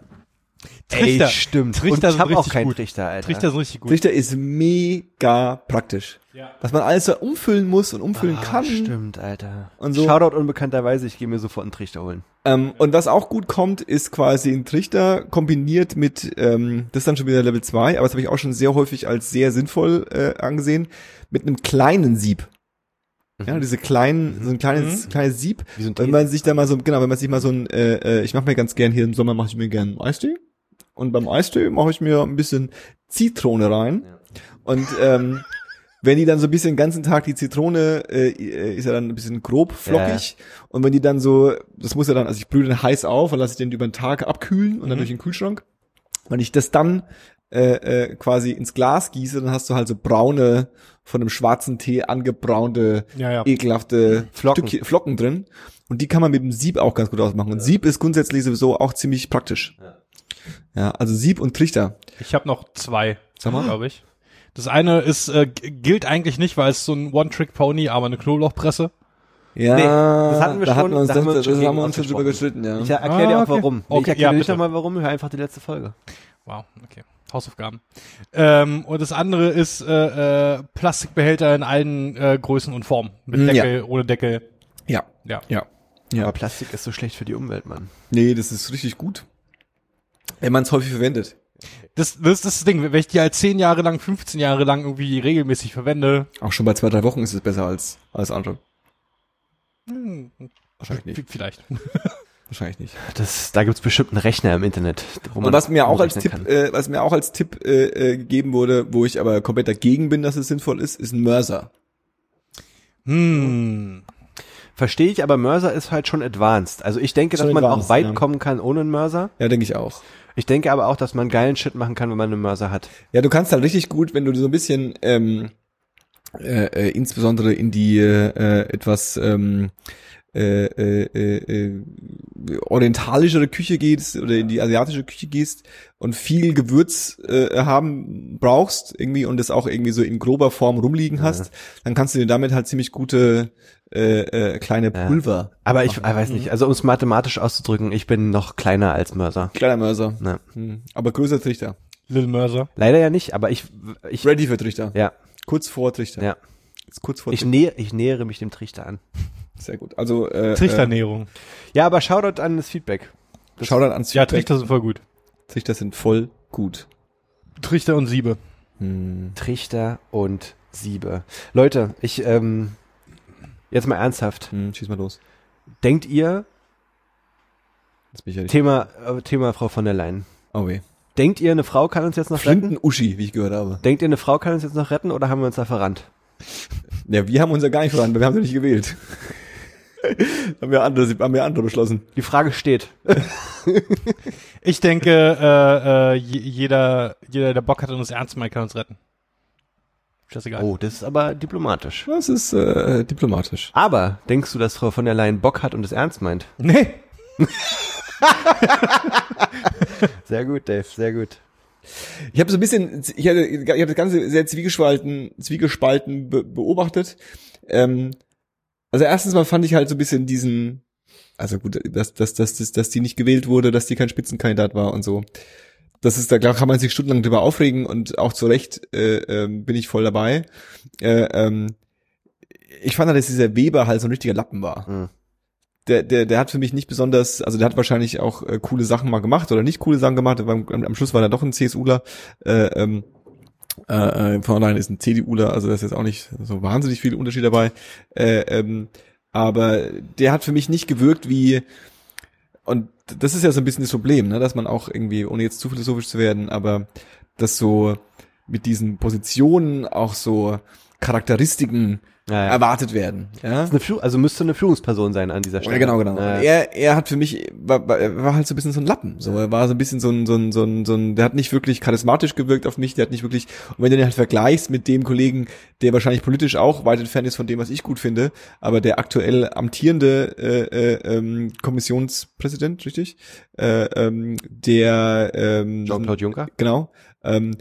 [SPEAKER 3] Trichter.
[SPEAKER 2] Ey, stimmt.
[SPEAKER 3] Trichter
[SPEAKER 2] Und ich
[SPEAKER 3] sind
[SPEAKER 2] habe auch
[SPEAKER 3] richtig
[SPEAKER 2] keinen
[SPEAKER 3] gut.
[SPEAKER 2] Trichter, Alter.
[SPEAKER 3] Trichter sind richtig gut.
[SPEAKER 1] Trichter ist mega praktisch.
[SPEAKER 3] Ja.
[SPEAKER 1] Was man alles so umfüllen muss und umfüllen
[SPEAKER 2] ah,
[SPEAKER 1] kann.
[SPEAKER 2] Stimmt, Alter.
[SPEAKER 1] Und so-
[SPEAKER 2] Shoutout unbekannterweise, ich gehe mir sofort einen Trichter holen.
[SPEAKER 1] Ähm, und was auch gut kommt, ist quasi ein Trichter kombiniert mit, ähm, das ist dann schon wieder Level 2, aber das habe ich auch schon sehr häufig als sehr sinnvoll äh, angesehen, mit einem kleinen Sieb. Ja, diese kleinen, so ein kleines, kleines Sieb.
[SPEAKER 2] Mhm. Wie so ein
[SPEAKER 1] Wenn man sich da mal so, genau, wenn man sich mal so ein, äh, äh, ich mache mir ganz gern hier im Sommer mache ich mir gern einen Eistee und beim Eistee mache ich mir ein bisschen Zitrone rein und ähm, wenn die dann so ein bisschen den ganzen Tag die Zitrone äh, äh, ist ja dann ein bisschen grob flockig und wenn die dann so, das muss ja dann, also ich brühe den heiß auf und lasse den über den Tag abkühlen und dann durch den Kühlschrank. Wenn ich das dann äh, äh, quasi ins Glas gieße, dann hast du halt so braune von einem schwarzen Tee angebraunte
[SPEAKER 3] Ja, ja.
[SPEAKER 1] ekelhafte
[SPEAKER 2] Flocken.
[SPEAKER 1] Flocken. Flocken drin. Und die kann man mit dem Sieb auch ganz gut ausmachen. Und Sieb ist grundsätzlich sowieso auch ziemlich praktisch. Ja, also Sieb und Trichter.
[SPEAKER 3] Ich habe noch zwei, glaube ich. Das eine ist äh, g- gilt eigentlich nicht, weil es so ein One-Trick-Pony, aber eine Knoblauchpresse.
[SPEAKER 1] Ja,
[SPEAKER 2] Nee, das hatten wir
[SPEAKER 1] da
[SPEAKER 2] schon-
[SPEAKER 1] hatten wir uns,
[SPEAKER 2] da
[SPEAKER 1] das,
[SPEAKER 2] haben wir uns
[SPEAKER 1] das, haben
[SPEAKER 2] schon
[SPEAKER 1] wir
[SPEAKER 2] gegen
[SPEAKER 1] uns schon drüber gestritten, ja.
[SPEAKER 2] Ich erkläre dir
[SPEAKER 3] Ah,
[SPEAKER 2] auch
[SPEAKER 3] okay.
[SPEAKER 2] warum. Nee, ich
[SPEAKER 3] Okay,
[SPEAKER 2] erkläre
[SPEAKER 3] ja,
[SPEAKER 2] dir nicht
[SPEAKER 3] bitte.
[SPEAKER 2] nochmal warum, hör einfach die letzte Folge.
[SPEAKER 3] Wow, okay. Hausaufgaben. Ähm, und das andere ist äh, äh, Plastikbehälter in allen äh, Größen und Formen. Mit
[SPEAKER 1] Mm,
[SPEAKER 3] Deckel, ohne Deckel.
[SPEAKER 1] ja.
[SPEAKER 3] Ja.
[SPEAKER 1] Ja. Ja.
[SPEAKER 2] Aber Plastik ist so schlecht für die Umwelt, Mann.
[SPEAKER 1] Nee, das ist richtig gut. Wenn man es häufig verwendet.
[SPEAKER 3] Das, das ist das Ding. Wenn ich die halt zehn Jahre lang, 15 Jahre lang irgendwie regelmäßig verwende,
[SPEAKER 1] Auch schon bei zwei, drei Wochen ist es besser als, als andere.
[SPEAKER 3] hm,
[SPEAKER 1] Wahrscheinlich
[SPEAKER 3] v-
[SPEAKER 1] nicht.
[SPEAKER 3] vielleicht.
[SPEAKER 1] Wahrscheinlich nicht.
[SPEAKER 2] Das, da gibt's bestimmt einen Rechner im Internet, wo
[SPEAKER 1] Und was mir auch als
[SPEAKER 2] umrechnen
[SPEAKER 1] Tipp, äh, was mir auch als Tipp äh, äh, gegeben wurde, wo ich aber komplett dagegen bin, dass es sinnvoll ist, ist ein Mörser.
[SPEAKER 3] Hm.
[SPEAKER 2] kann. Verstehe ich, aber Mörser ist halt schon advanced. Also ich denke, dass
[SPEAKER 1] Schon
[SPEAKER 2] man auch
[SPEAKER 1] advanced,
[SPEAKER 2] weit
[SPEAKER 1] ja.
[SPEAKER 2] kommen kann ohne einen Mörser.
[SPEAKER 1] Ja, denke ich auch.
[SPEAKER 2] Ich denke aber auch, dass man geilen Shit machen kann, wenn man einen Mörser hat.
[SPEAKER 1] Ja, du kannst halt richtig gut, wenn du so ein bisschen ähm, äh, äh, insbesondere in die äh, äh, etwas ähm, äh, äh, äh, äh, orientalischere Küche gehst oder in die asiatische Küche gehst und viel Gewürz äh, haben brauchst irgendwie und das auch irgendwie so in grober Form rumliegen hast, dann kannst du dir damit halt ziemlich gute äh, äh, kleine
[SPEAKER 2] Ja.
[SPEAKER 1] Pulver.
[SPEAKER 2] Aber ich äh, weiß
[SPEAKER 1] mhm.
[SPEAKER 2] nicht, also um es mathematisch auszudrücken, ich bin noch kleiner als Mörser.
[SPEAKER 1] Kleiner Mörser.
[SPEAKER 2] Ja.
[SPEAKER 1] Hm. Aber größer Trichter.
[SPEAKER 3] Little Mörser.
[SPEAKER 2] Leider ja nicht, aber ich, ich,
[SPEAKER 1] Ready für Trichter.
[SPEAKER 2] ja,
[SPEAKER 1] Kurz vor Trichter.
[SPEAKER 2] ja.
[SPEAKER 1] Ist kurz vor
[SPEAKER 2] Ich,
[SPEAKER 1] Trichter.
[SPEAKER 2] nähe, ich nähere mich dem Trichter an.
[SPEAKER 1] Sehr gut. Also äh, äh,
[SPEAKER 3] Trichternährung.
[SPEAKER 2] Ja, aber Shoutout an das Feedback.
[SPEAKER 1] schau dann ans
[SPEAKER 3] Ja,
[SPEAKER 1] Feedback.
[SPEAKER 3] Trichter sind voll gut.
[SPEAKER 1] Trichter sind voll gut. Hm,
[SPEAKER 3] Trichter und Siebe.
[SPEAKER 2] Trichter und Siebe. Leute, ich, ähm, jetzt mal ernsthaft.
[SPEAKER 1] Hm, schieß mal los.
[SPEAKER 2] Denkt ihr,
[SPEAKER 1] Das bin ich ja nicht.
[SPEAKER 2] Thema, äh, Thema Frau von der Leyen,
[SPEAKER 1] Oh weh.
[SPEAKER 2] denkt ihr, eine Frau kann uns jetzt noch retten?
[SPEAKER 1] Flinten Uschi, wie ich gehört habe.
[SPEAKER 2] Denkt ihr, eine Frau kann uns jetzt noch retten oder haben wir uns da verrannt?
[SPEAKER 1] Ja, wir haben uns ja gar nicht voran, weil wir haben sie nicht gewählt. haben wir andere, haben wir andere beschlossen.
[SPEAKER 2] Die Frage steht.
[SPEAKER 3] Ich denke, äh, äh, je- jeder, jeder, der Bock hat und es ernst meint, kann uns retten. Ist das egal.
[SPEAKER 2] Oh, das ist aber diplomatisch.
[SPEAKER 1] Das ist äh, diplomatisch.
[SPEAKER 2] Aber denkst du, dass Frau von der Leyen Bock hat und es ernst meint?
[SPEAKER 3] Nee.
[SPEAKER 2] Sehr gut, Dave, sehr gut.
[SPEAKER 1] Ich habe so ein bisschen, ich habe ich hab das Ganze sehr zwiegespalten, zwiegespalten be beobachtet. Ähm, also erstens mal fand ich halt so ein bisschen diesen, also gut, dass, dass, dass, dass, dass die nicht gewählt wurde, dass die kein Spitzenkandidat war und so. Das ist, da glaub, kann man sich stundenlang drüber aufregen und auch zu Recht äh, ähm, bin ich voll dabei. Äh, ähm, ich fand halt, dass dieser Weber halt so ein richtiger Lappen war
[SPEAKER 2] Mhm.
[SPEAKER 1] der, der, der hat für mich nicht besonders, also der hat wahrscheinlich auch äh, coole Sachen mal gemacht oder nicht coole Sachen gemacht, aber am, am Schluss war er doch ein CSUler. Äh, ähm, äh, äh, von daher ist ein CDUler, also da ist jetzt auch nicht so wahnsinnig viel Unterschied dabei. Äh, ähm, aber der hat für mich nicht gewirkt wie, und das ist ja so ein bisschen das Problem, ne, dass man auch irgendwie, ohne jetzt zu philosophisch zu werden, aber dass so mit diesen Positionen auch so Charakteristiken
[SPEAKER 2] Ja, ja.
[SPEAKER 1] erwartet werden. Ja?
[SPEAKER 2] Eine Führ- also müsste eine Führungsperson sein an dieser Stelle.
[SPEAKER 1] Ja, genau, genau. Und
[SPEAKER 2] Ja.
[SPEAKER 1] Er, er hat für mich, war, war, er war halt so ein bisschen so ein Lappen. So, er war so ein bisschen so ein, so ein, so ein, so ein, der hat nicht wirklich charismatisch gewirkt auf mich, der hat nicht wirklich, und wenn du den halt vergleichst mit dem Kollegen, der wahrscheinlich politisch auch weit entfernt ist von dem, was ich gut finde, aber der aktuell amtierende äh, äh, ähm, Kommissionspräsident, richtig? Äh, ähm, der ähm,
[SPEAKER 2] Jean-Claude Juncker?
[SPEAKER 1] genau, ähm,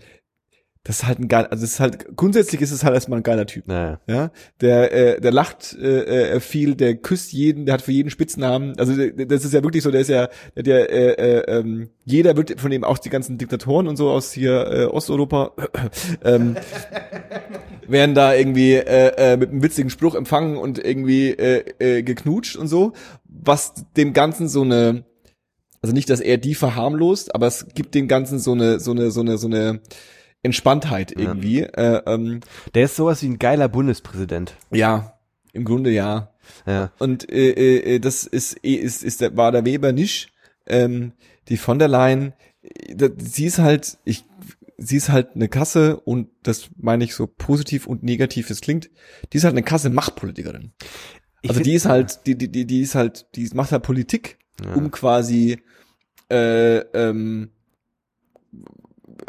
[SPEAKER 1] das ist halt ein geil, also das ist halt, grundsätzlich ist es halt erstmal ein geiler Typ.
[SPEAKER 2] Naja.
[SPEAKER 1] Ja, der, äh, der lacht äh, äh, viel, der küsst jeden, der hat für jeden Spitznamen. Also der- der- das ist ja wirklich so, der ist ja, der, der äh, äh, ähm, jeder wird von dem auch die ganzen Diktatoren und so aus hier äh, Osteuropa ähm, werden da irgendwie äh, äh, mit einem witzigen Spruch empfangen und irgendwie äh, äh, geknutscht und so, was dem Ganzen so eine also nicht, dass er die verharmlost, aber es gibt dem Ganzen so eine, so eine, so eine, so eine Entspanntheit irgendwie. Äh, ähm,
[SPEAKER 2] Der ist sowas wie ein geiler Bundespräsident.
[SPEAKER 1] ja, im Grunde ja.
[SPEAKER 2] Ja.
[SPEAKER 1] Und äh, äh, äh, das ist, eh- ist, ist der, war der Weber nicht. Ähm, die von der Leyen, äh, da- sie ist halt, ich, sie ist halt eine Kasse und das meine ich so positiv und negativ, es klingt, die ist halt eine Kasse Machtpolitikerin.
[SPEAKER 2] Ich
[SPEAKER 1] also
[SPEAKER 2] find-
[SPEAKER 1] die ist halt, die, die, die, die ist halt, die macht halt Politik,
[SPEAKER 2] Ja.
[SPEAKER 1] um quasi äh, ähm,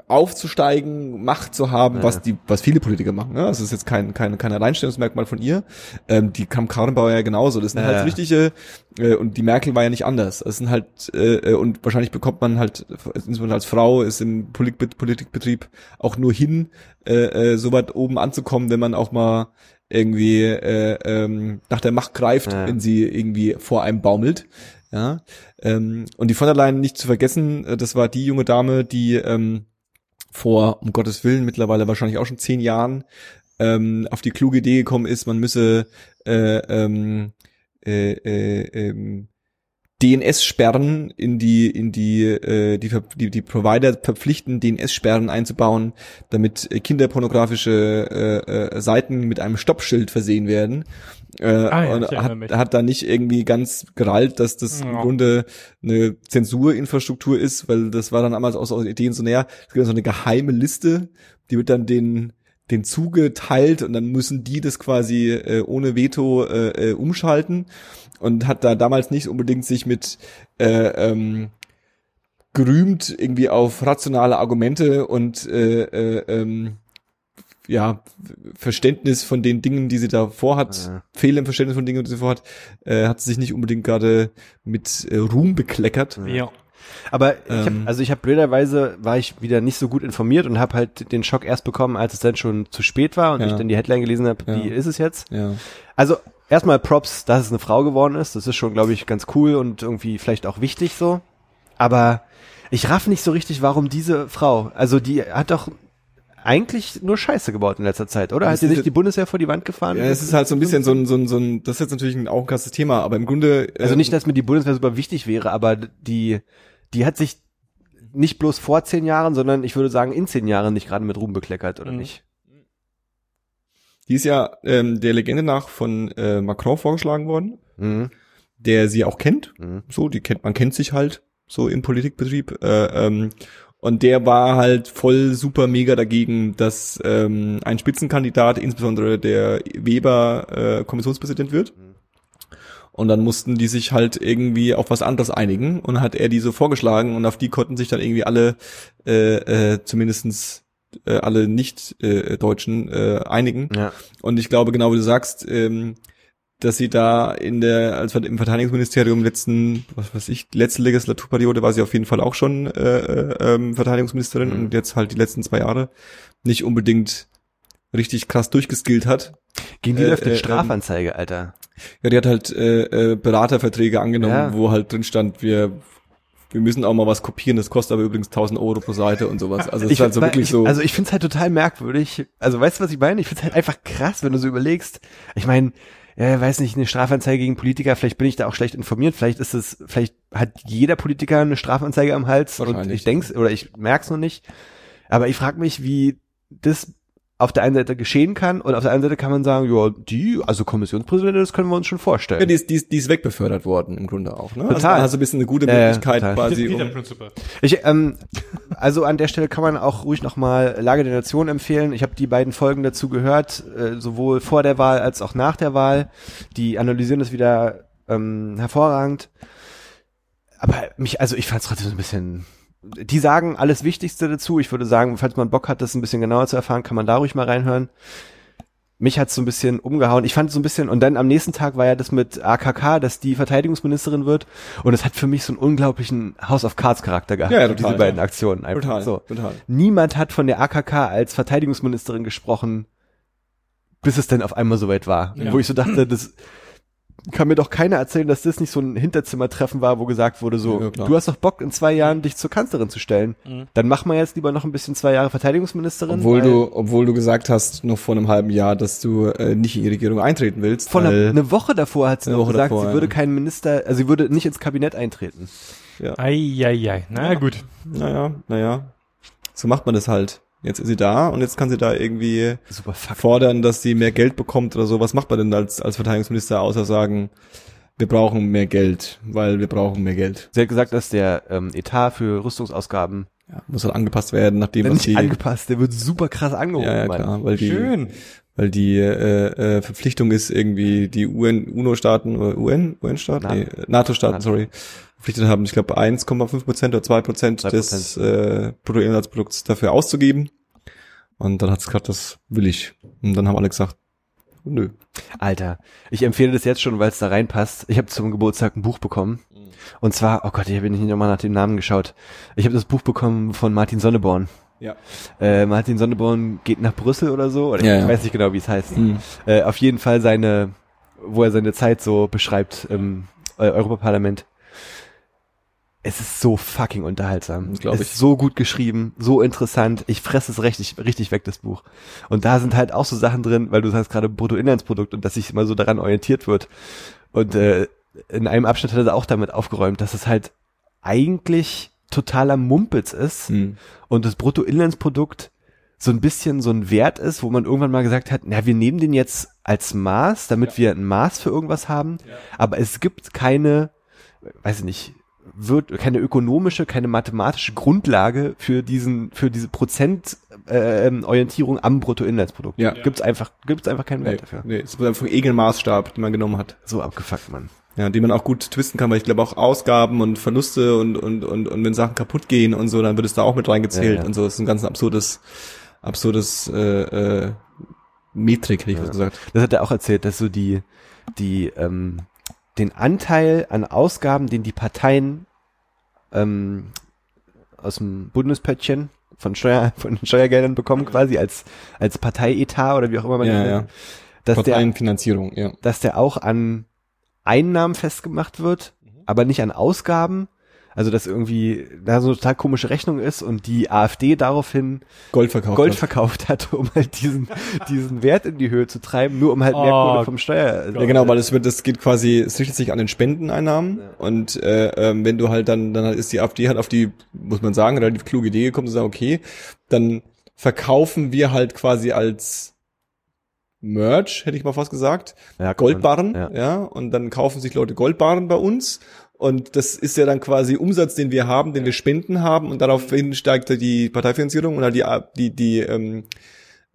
[SPEAKER 1] aufzusteigen, Macht zu haben,
[SPEAKER 2] Ja.
[SPEAKER 1] was die, was viele Politiker machen. Ne? Das ist jetzt kein, kein, kein Alleinstellungsmerkmal von ihr. Ähm, die Kam Karrenbauer ja genauso. Das sind
[SPEAKER 2] Ja.
[SPEAKER 1] halt richtige, äh, und die Merkel war ja nicht anders. Das sind halt, äh, äh, und wahrscheinlich bekommt man halt, äh, insbesondere als Frau, ist im Polit Politikbetrieb auch nur hin, äh, äh, so weit oben anzukommen, wenn man auch mal irgendwie äh, ähm, nach der Macht greift,
[SPEAKER 2] Ja.
[SPEAKER 1] wenn sie irgendwie vor einem baumelt. Ja, ähm, und die von der Leyen nicht zu vergessen, äh, das war die junge Dame, die ähm, vor, um Gottes Willen, mittlerweile wahrscheinlich auch schon zehn Jahren ähm, auf die kluge Idee gekommen ist, man müsse äh, ähm, äh, äh, ähm, DNS-Sperren in die in die äh, die, ver- die die Provider verpflichten DNS-Sperren einzubauen, damit äh, kinderpornografische äh, äh, Seiten mit einem Stoppschild versehen werden. Äh,
[SPEAKER 3] Ah ja,
[SPEAKER 1] und
[SPEAKER 3] ich erinnere mich.
[SPEAKER 1] hat, hat da nicht irgendwie ganz gerallt, dass das im
[SPEAKER 3] Ja.
[SPEAKER 1] Grunde eine Zensurinfrastruktur ist, weil das war dann damals auch so aus Ideen so näher. Es gibt so eine geheime Liste, die wird dann den den zugeteilt und dann müssen die das quasi äh, ohne Veto äh, äh, umschalten und hat da damals nicht unbedingt sich mit äh, ähm, gerühmt irgendwie auf rationale Argumente und äh, äh, ähm, ja Verständnis von den Dingen, die sie da vorhat,
[SPEAKER 2] Ja.
[SPEAKER 1] Fehl im Verständnis von Dingen, die sie vorhat, äh, hat sie sich nicht unbedingt gerade mit äh, Ruhm bekleckert.
[SPEAKER 3] Ja.
[SPEAKER 2] Aber ich
[SPEAKER 1] Ähm.
[SPEAKER 2] hab, also ich habe blöderweise war ich wieder nicht so gut informiert und habe halt den Schock erst bekommen, als es dann schon zu spät war und
[SPEAKER 1] Ja.
[SPEAKER 2] ich dann die Headline gelesen habe,
[SPEAKER 1] Ja.
[SPEAKER 2] die ist es jetzt.
[SPEAKER 1] Ja.
[SPEAKER 2] Also erstmal Props, dass es eine Frau geworden ist. Das ist schon, glaube ich, ganz cool und irgendwie vielleicht auch wichtig so. Aber ich raff nicht so richtig, warum diese Frau. Also die hat doch eigentlich nur Scheiße gebaut in letzter Zeit, oder?
[SPEAKER 1] Das
[SPEAKER 2] Hat sie
[SPEAKER 1] ist-
[SPEAKER 2] nicht die Bundeswehr vor die Wand gefahren?
[SPEAKER 1] Ja, es ist halt so ein bisschen so ein, so ein, so ein das ist jetzt natürlich ein, auch ein krasses Thema, aber im Grunde.
[SPEAKER 2] also
[SPEAKER 1] äh,
[SPEAKER 2] nicht, dass mir die Bundeswehr super wichtig wäre, aber die, die hat sich nicht bloß vor zehn Jahren, sondern ich würde sagen in zehn Jahren nicht gerade mit Ruhm bekleckert, oder
[SPEAKER 3] Mhm.
[SPEAKER 2] nicht?
[SPEAKER 1] Die ist ja ähm, der Legende nach von äh, Macron vorgeschlagen worden,
[SPEAKER 2] Mhm.
[SPEAKER 1] der sie auch kennt.
[SPEAKER 2] Mhm.
[SPEAKER 1] So, die kennt, man kennt sich halt so im Politikbetrieb. Äh, ähm, und der war halt voll super mega dagegen, dass ähm, ein Spitzenkandidat, insbesondere der Weber, äh, Kommissionspräsident wird. Und dann mussten die sich halt irgendwie auf was anderes einigen und hat er die so vorgeschlagen und auf die konnten sich dann irgendwie alle, äh, äh, zumindestens äh, alle Nicht-Deutschen äh, einigen.
[SPEAKER 2] Ja.
[SPEAKER 1] Und ich glaube, genau wie du sagst, ähm, dass sie da in der, als wir im Verteidigungsministerium letzten, was weiß ich, letzte Legislaturperiode war sie auf jeden Fall auch schon äh, äh, ähm, Verteidigungsministerin
[SPEAKER 2] Mhm.
[SPEAKER 1] und jetzt halt die letzten zwei Jahre nicht unbedingt richtig krass durchgeskillt hat.
[SPEAKER 2] Gegen die
[SPEAKER 1] Äh,
[SPEAKER 2] läuft
[SPEAKER 1] äh,
[SPEAKER 2] eine
[SPEAKER 1] ähm,
[SPEAKER 2] Strafanzeige, Alter.
[SPEAKER 1] Ja, die hat halt äh, äh, Beraterverträge angenommen,
[SPEAKER 2] Ja.
[SPEAKER 1] wo halt drin stand, wir wir müssen auch mal was kopieren, das kostet aber übrigens 1000 Euro pro Seite und sowas. Also es ist halt so
[SPEAKER 2] weil
[SPEAKER 1] wirklich
[SPEAKER 2] ich,
[SPEAKER 1] so.
[SPEAKER 2] Also ich find's halt total merkwürdig. Also weißt du, was ich meine? Ich find's halt einfach krass, wenn du so überlegst. Ich meine, ja, weiß nicht, eine Strafanzeige gegen Politiker, vielleicht bin ich da auch schlecht informiert, vielleicht ist es, vielleicht hat jeder Politiker eine Strafanzeige am Hals und
[SPEAKER 1] Wahrscheinlich.
[SPEAKER 2] ich denk's oder ich merk's noch nicht. Aber ich frage mich, wie das auf der einen Seite geschehen kann und auf der anderen Seite kann man sagen, ja, die, also Kommissionspräsidentin, das können wir uns schon vorstellen.
[SPEAKER 1] ja, die, ist, die, ist, die ist wegbefördert worden im Grunde auch. Ne? Also
[SPEAKER 2] Total.
[SPEAKER 1] da hast du ein bisschen eine gute
[SPEAKER 2] Ja, ja,
[SPEAKER 1] Möglichkeit
[SPEAKER 2] total.
[SPEAKER 1] quasi.
[SPEAKER 3] Peter
[SPEAKER 1] Um,
[SPEAKER 3] Principal.
[SPEAKER 2] Ich, ähm, also an der Stelle kann man auch ruhig nochmal Lage der Nation empfehlen. Ich habe die beiden Folgen dazu gehört, äh, sowohl vor der Wahl als auch nach der Wahl. Die analysieren das wieder ähm, hervorragend. Aber mich, also ich fand es trotzdem so ein bisschen. Die sagen alles Wichtigste dazu. Ich würde sagen, falls man Bock hat, das ein bisschen genauer zu erfahren, kann man da ruhig mal reinhören. Mich hat's so ein bisschen umgehauen. Ich fand so ein bisschen, und dann am nächsten Tag war ja das mit AKK, dass die Verteidigungsministerin wird. Und es hat für mich so einen unglaublichen House of Cards Charakter gehabt,
[SPEAKER 1] Ja, ja, total.
[SPEAKER 2] diese beiden Aktionen. Einfach
[SPEAKER 1] total,
[SPEAKER 2] so.
[SPEAKER 1] total.
[SPEAKER 2] Niemand hat von der AKK als Verteidigungsministerin gesprochen, bis es dann auf einmal soweit war.
[SPEAKER 3] Ja.
[SPEAKER 2] Wo ich so dachte, das kann mir doch keiner erzählen, dass das nicht so ein Hinterzimmertreffen war, wo gesagt wurde so,
[SPEAKER 1] Ja, klar.
[SPEAKER 2] du hast doch Bock, in zwei Jahren dich zur Kanzlerin zu stellen.
[SPEAKER 3] Mhm.
[SPEAKER 2] Dann mach mal jetzt lieber noch ein bisschen zwei Jahre Verteidigungsministerin.
[SPEAKER 1] Obwohl
[SPEAKER 2] weil-
[SPEAKER 1] du, obwohl du gesagt hast, noch vor einem halben Jahr, dass du äh, nicht in die Regierung eintreten willst.
[SPEAKER 2] Von einer,
[SPEAKER 1] weil,
[SPEAKER 2] eine Woche davor hat sie
[SPEAKER 1] Eine
[SPEAKER 2] noch
[SPEAKER 1] Woche
[SPEAKER 2] gesagt,
[SPEAKER 1] davor,
[SPEAKER 2] sie
[SPEAKER 1] ja.
[SPEAKER 2] würde keinen Minister, also sie würde nicht ins Kabinett eintreten.
[SPEAKER 3] Eieiei. Na gut.
[SPEAKER 1] naja, naja. So macht man das halt. Jetzt ist sie da und jetzt kann sie da irgendwie
[SPEAKER 2] Super fuck.
[SPEAKER 1] fordern, dass sie mehr Geld bekommt oder so. Was macht man denn als, als Verteidigungsminister, außer sagen, wir brauchen mehr Geld, weil wir brauchen mehr Geld.
[SPEAKER 2] Sie hat gesagt, dass der ähm, Etat für Rüstungsausgaben
[SPEAKER 1] Ja, muss halt angepasst werden, nachdem was
[SPEAKER 2] nicht
[SPEAKER 1] die.
[SPEAKER 2] angepasst, der wird super krass angehoben.
[SPEAKER 1] Ja, ja,
[SPEAKER 2] Mann.
[SPEAKER 1] klar, weil die,
[SPEAKER 3] Schön.
[SPEAKER 1] weil die äh, äh, Verpflichtung ist irgendwie die UN, UNO-Staaten oder UN, UN-Staaten,
[SPEAKER 2] Na-
[SPEAKER 1] nee, äh, NATO-Staaten,
[SPEAKER 2] NATO.
[SPEAKER 1] sorry, verpflichtet haben, ich glaube 1,5 Prozent oder 2 Prozent
[SPEAKER 2] 2%.
[SPEAKER 1] des äh, Bruttoinlandsprodukts dafür auszugeben. Und dann hat's gesagt, das will ich. Und dann haben alle gesagt, nö.
[SPEAKER 2] Alter, ich empfehle das jetzt schon, weil es da reinpasst. Ich habe zum Geburtstag ein Buch bekommen.
[SPEAKER 1] Mhm.
[SPEAKER 2] Und zwar, oh Gott, ich habe nicht nochmal nach dem Namen geschaut. Ich habe das Buch bekommen von Martin Sonneborn.
[SPEAKER 1] Ja.
[SPEAKER 2] Äh, Martin Sonneborn geht nach Brüssel oder so. Oder
[SPEAKER 1] Ja,
[SPEAKER 2] ich
[SPEAKER 1] ja.
[SPEAKER 2] weiß nicht genau, wie es heißt.
[SPEAKER 1] Mhm.
[SPEAKER 2] Äh, auf jeden Fall seine, wo er seine Zeit so beschreibt im äh, Europaparlament. Es ist so fucking unterhaltsam.
[SPEAKER 1] Glaub
[SPEAKER 2] es
[SPEAKER 1] ich.
[SPEAKER 2] ist so gut geschrieben, so interessant. Ich fresse es richtig, richtig weg, das Buch. Und da sind halt auch so Sachen drin, weil du sagst gerade Bruttoinlandsprodukt und dass sich immer so daran orientiert wird. Und äh, in einem Abschnitt hat er auch damit aufgeräumt, dass es halt eigentlich totaler Mumpitz ist
[SPEAKER 1] Mhm.
[SPEAKER 2] und das Bruttoinlandsprodukt so ein bisschen so ein Wert ist, wo man irgendwann mal gesagt hat, na, wir nehmen den jetzt als Maß, damit wir ein Maß für irgendwas haben, aber es gibt keine, weiß ich nicht, wird keine ökonomische, keine mathematische Grundlage für diesen, für diese Prozentorientierung äh, Orientierung am Bruttoinlandsprodukt.
[SPEAKER 1] Ja.
[SPEAKER 2] Gibt's einfach, gibt's einfach keinen Wert
[SPEAKER 1] Nee,
[SPEAKER 2] dafür.
[SPEAKER 1] nee, es ist einfach ein egenen Maßstab, den man genommen hat.
[SPEAKER 2] So abgefuckt, Mann.
[SPEAKER 1] Ja, die man auch gut twisten kann, weil ich glaube auch Ausgaben und Verluste und, und, und, und wenn Sachen kaputt gehen und so, dann wird es da auch mit reingezählt
[SPEAKER 2] Ja, ja.
[SPEAKER 1] und so. Das ist ein ganz absurdes, absurdes äh, äh, Metrik, hätte ich fast gesagt.
[SPEAKER 2] Das hat er auch erzählt, dass so die, die, ähm, den Anteil an Ausgaben, den die Parteien ähm, aus dem Bundespöttchen von, Steuer, von den Steuergeldern bekommen, quasi als, als Parteietat oder wie auch immer man
[SPEAKER 1] Ja,
[SPEAKER 2] den
[SPEAKER 1] ja.
[SPEAKER 2] nennt, Dass, der,
[SPEAKER 1] Parteienfinanzierung, ja.
[SPEAKER 2] dass der auch an Einnahmen festgemacht wird,
[SPEAKER 1] Mhm.
[SPEAKER 2] aber nicht an Ausgaben. Also dass irgendwie da so eine total komische Rechnung ist und die AfD daraufhin
[SPEAKER 1] Gold verkauft.
[SPEAKER 2] Gold
[SPEAKER 1] hat.
[SPEAKER 2] verkauft hat, um halt diesen, diesen Wert in die Höhe zu treiben, nur um halt mehr
[SPEAKER 3] Oh
[SPEAKER 2] Kohle vom Steuer. äh,
[SPEAKER 1] Ja, genau, weil das wird, das geht quasi, es richtet sich an den Spendeneinnahmen und äh, ähm, wenn du halt dann, dann ist die AfD halt auf die, muss man sagen, relativ kluge Idee gekommen zu sagen, okay, dann verkaufen wir halt quasi als Merch, hätte ich mal fast gesagt,
[SPEAKER 2] Ja, guck mal.
[SPEAKER 1] Goldbarren,
[SPEAKER 2] Ja.
[SPEAKER 1] ja. und dann kaufen sich Leute Goldbarren bei uns und das ist ja dann quasi Umsatz, den wir haben, den wir Spenden haben und daraufhin steigt die Parteifinanzierung und halt die die die ähm,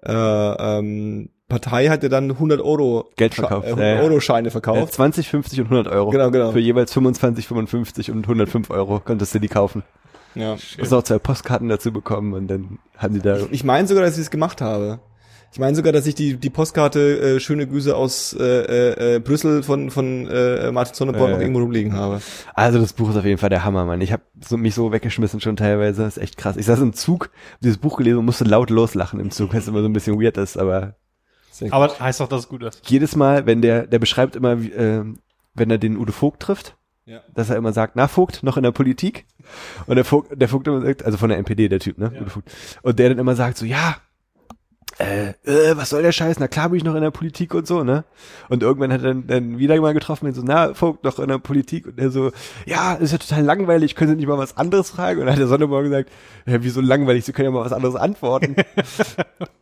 [SPEAKER 1] äh, ähm, Partei hat ja dann 100 Euro
[SPEAKER 2] Geld verkauft.
[SPEAKER 1] Scha- äh,
[SPEAKER 2] Ja,
[SPEAKER 1] 100
[SPEAKER 2] ja.
[SPEAKER 1] Euro Scheine
[SPEAKER 2] Äh,
[SPEAKER 1] verkauft.
[SPEAKER 2] 20, 50 und 100 Euro.
[SPEAKER 1] Genau, genau.
[SPEAKER 2] Für jeweils 25, 55 und 105 Euro konntest du die kaufen.
[SPEAKER 1] Ja.
[SPEAKER 2] Hast du auch zwei Postkarten dazu bekommen und dann haben die da...
[SPEAKER 1] Ich meine sogar, dass ich es gemacht habe. Ich meine sogar, dass ich die die Postkarte äh, schöne Grüße aus äh, äh, äh, Brüssel von von äh, Martin Sonneborn
[SPEAKER 2] Ja,
[SPEAKER 1] noch
[SPEAKER 2] ja.
[SPEAKER 1] irgendwo rumliegen habe.
[SPEAKER 2] Also das Buch ist auf jeden Fall der Hammer, Mann. Ich habe so, mich so weggeschmissen schon teilweise. Das ist echt krass. Ich saß im Zug, hab dieses Buch gelesen und musste laut loslachen im Zug, was immer so ein bisschen weird ist, aber
[SPEAKER 3] Aber das heißt doch, dass es gut ist.
[SPEAKER 2] jedes Mal, wenn der, der beschreibt immer, wie, ähm, wenn er den Udo Vogt trifft,
[SPEAKER 1] Ja.
[SPEAKER 2] dass er immer sagt, na Vogt, noch in der Politik. Und der Vogt, der Vogt immer sagt, also von der NPD, der Typ, ne? Udo Vogt. Und der dann immer sagt so, ja, äh, äh, was soll der Scheiß? Na klar bin ich noch in der Politik und so, ne? Und irgendwann hat er dann, dann wieder mal getroffen und so, na, Vogt, noch in der Politik. Und er so, ja, ist ja total langweilig, können Sie nicht mal was anderes fragen? Und dann hat der Sonneborn gesagt, ja, wieso langweilig, Sie können ja mal was anderes antworten.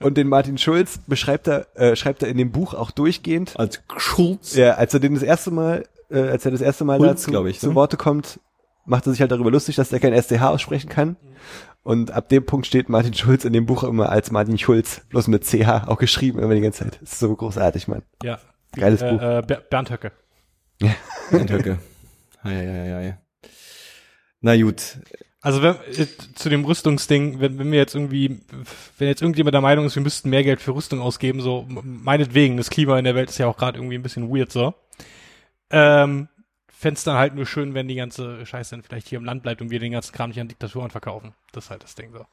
[SPEAKER 2] und den Martin Schulz beschreibt er, äh, schreibt er in dem Buch auch durchgehend,
[SPEAKER 1] Als Schulz.
[SPEAKER 2] ja, als er den das erste Mal, äh, als er das erste Mal
[SPEAKER 1] Hulz,
[SPEAKER 2] dazu
[SPEAKER 1] glaub ich,
[SPEAKER 2] zu
[SPEAKER 1] ne?
[SPEAKER 2] Worte kommt, macht er sich halt darüber lustig, dass er kein SDH aussprechen kann. Und ab dem Punkt steht Martin Schulz in dem Buch immer als Martin Schulz, bloß mit CH auch geschrieben immer die ganze Zeit. Ist so großartig, Mann.
[SPEAKER 3] Ja.
[SPEAKER 2] Geiles
[SPEAKER 3] Äh,
[SPEAKER 2] Buch.
[SPEAKER 3] äh, Ber Bernd Höcke.
[SPEAKER 1] Eindrücke. Eieieiei. Na gut.
[SPEAKER 3] Also wenn, äh, zu dem Rüstungsding, wenn, wenn wir jetzt irgendwie, wenn jetzt irgendjemand der Meinung ist, wir müssten mehr Geld für Rüstung ausgeben, so m- meinetwegen, das Klima in der Welt ist ja auch gerade irgendwie ein bisschen weird so. Ähm, fänd's dann halt nur schön, wenn die ganze Scheiße dann vielleicht hier im Land bleibt und wir den ganzen Kram nicht an Diktaturen verkaufen. Das ist halt das Ding so.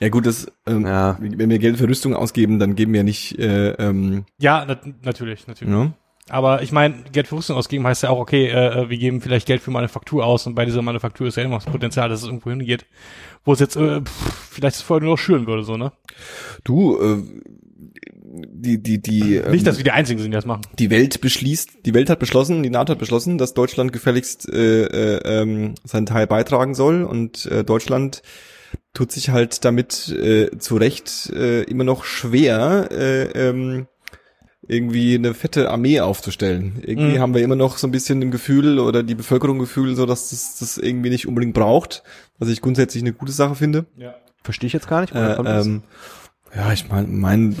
[SPEAKER 1] Ja gut, das, ähm,
[SPEAKER 2] Ja.
[SPEAKER 1] wenn wir Geld für Rüstung ausgeben, dann geben wir nicht, äh, ähm,
[SPEAKER 3] Ja, nat natürlich, natürlich.
[SPEAKER 1] ne?
[SPEAKER 3] Aber ich meine, Geld für Rüstung ausgeben heißt ja auch, okay, äh, wir geben vielleicht Geld für Manufaktur aus und bei dieser Manufaktur ist ja immer das Potenzial, dass es irgendwo hingeht, wo es jetzt äh, pff, vielleicht das Feuer nur noch schüren würde, so, ne?
[SPEAKER 1] Du, äh, die, die, die, ähm,
[SPEAKER 3] Nicht, dass wir die Einzigen sind, die das machen.
[SPEAKER 1] die Welt beschließt, die Welt hat beschlossen, die NATO hat beschlossen, dass Deutschland gefälligst äh, äh, ähm, seinen Teil beitragen soll und äh, Deutschland tut sich halt damit äh, zu Recht äh, immer noch schwer, äh, ähm, irgendwie eine fette Armee aufzustellen. Irgendwie
[SPEAKER 3] Mhm.
[SPEAKER 1] haben wir immer noch so ein bisschen ein Gefühl oder die Bevölkerung Gefühl, so dass das, das irgendwie nicht unbedingt braucht, was ich grundsätzlich eine gute Sache finde.
[SPEAKER 3] Ja.
[SPEAKER 2] Verstehe ich jetzt gar nicht. woher kommt
[SPEAKER 1] Äh,
[SPEAKER 2] das?
[SPEAKER 1] ähm, ja, ich meine, mein,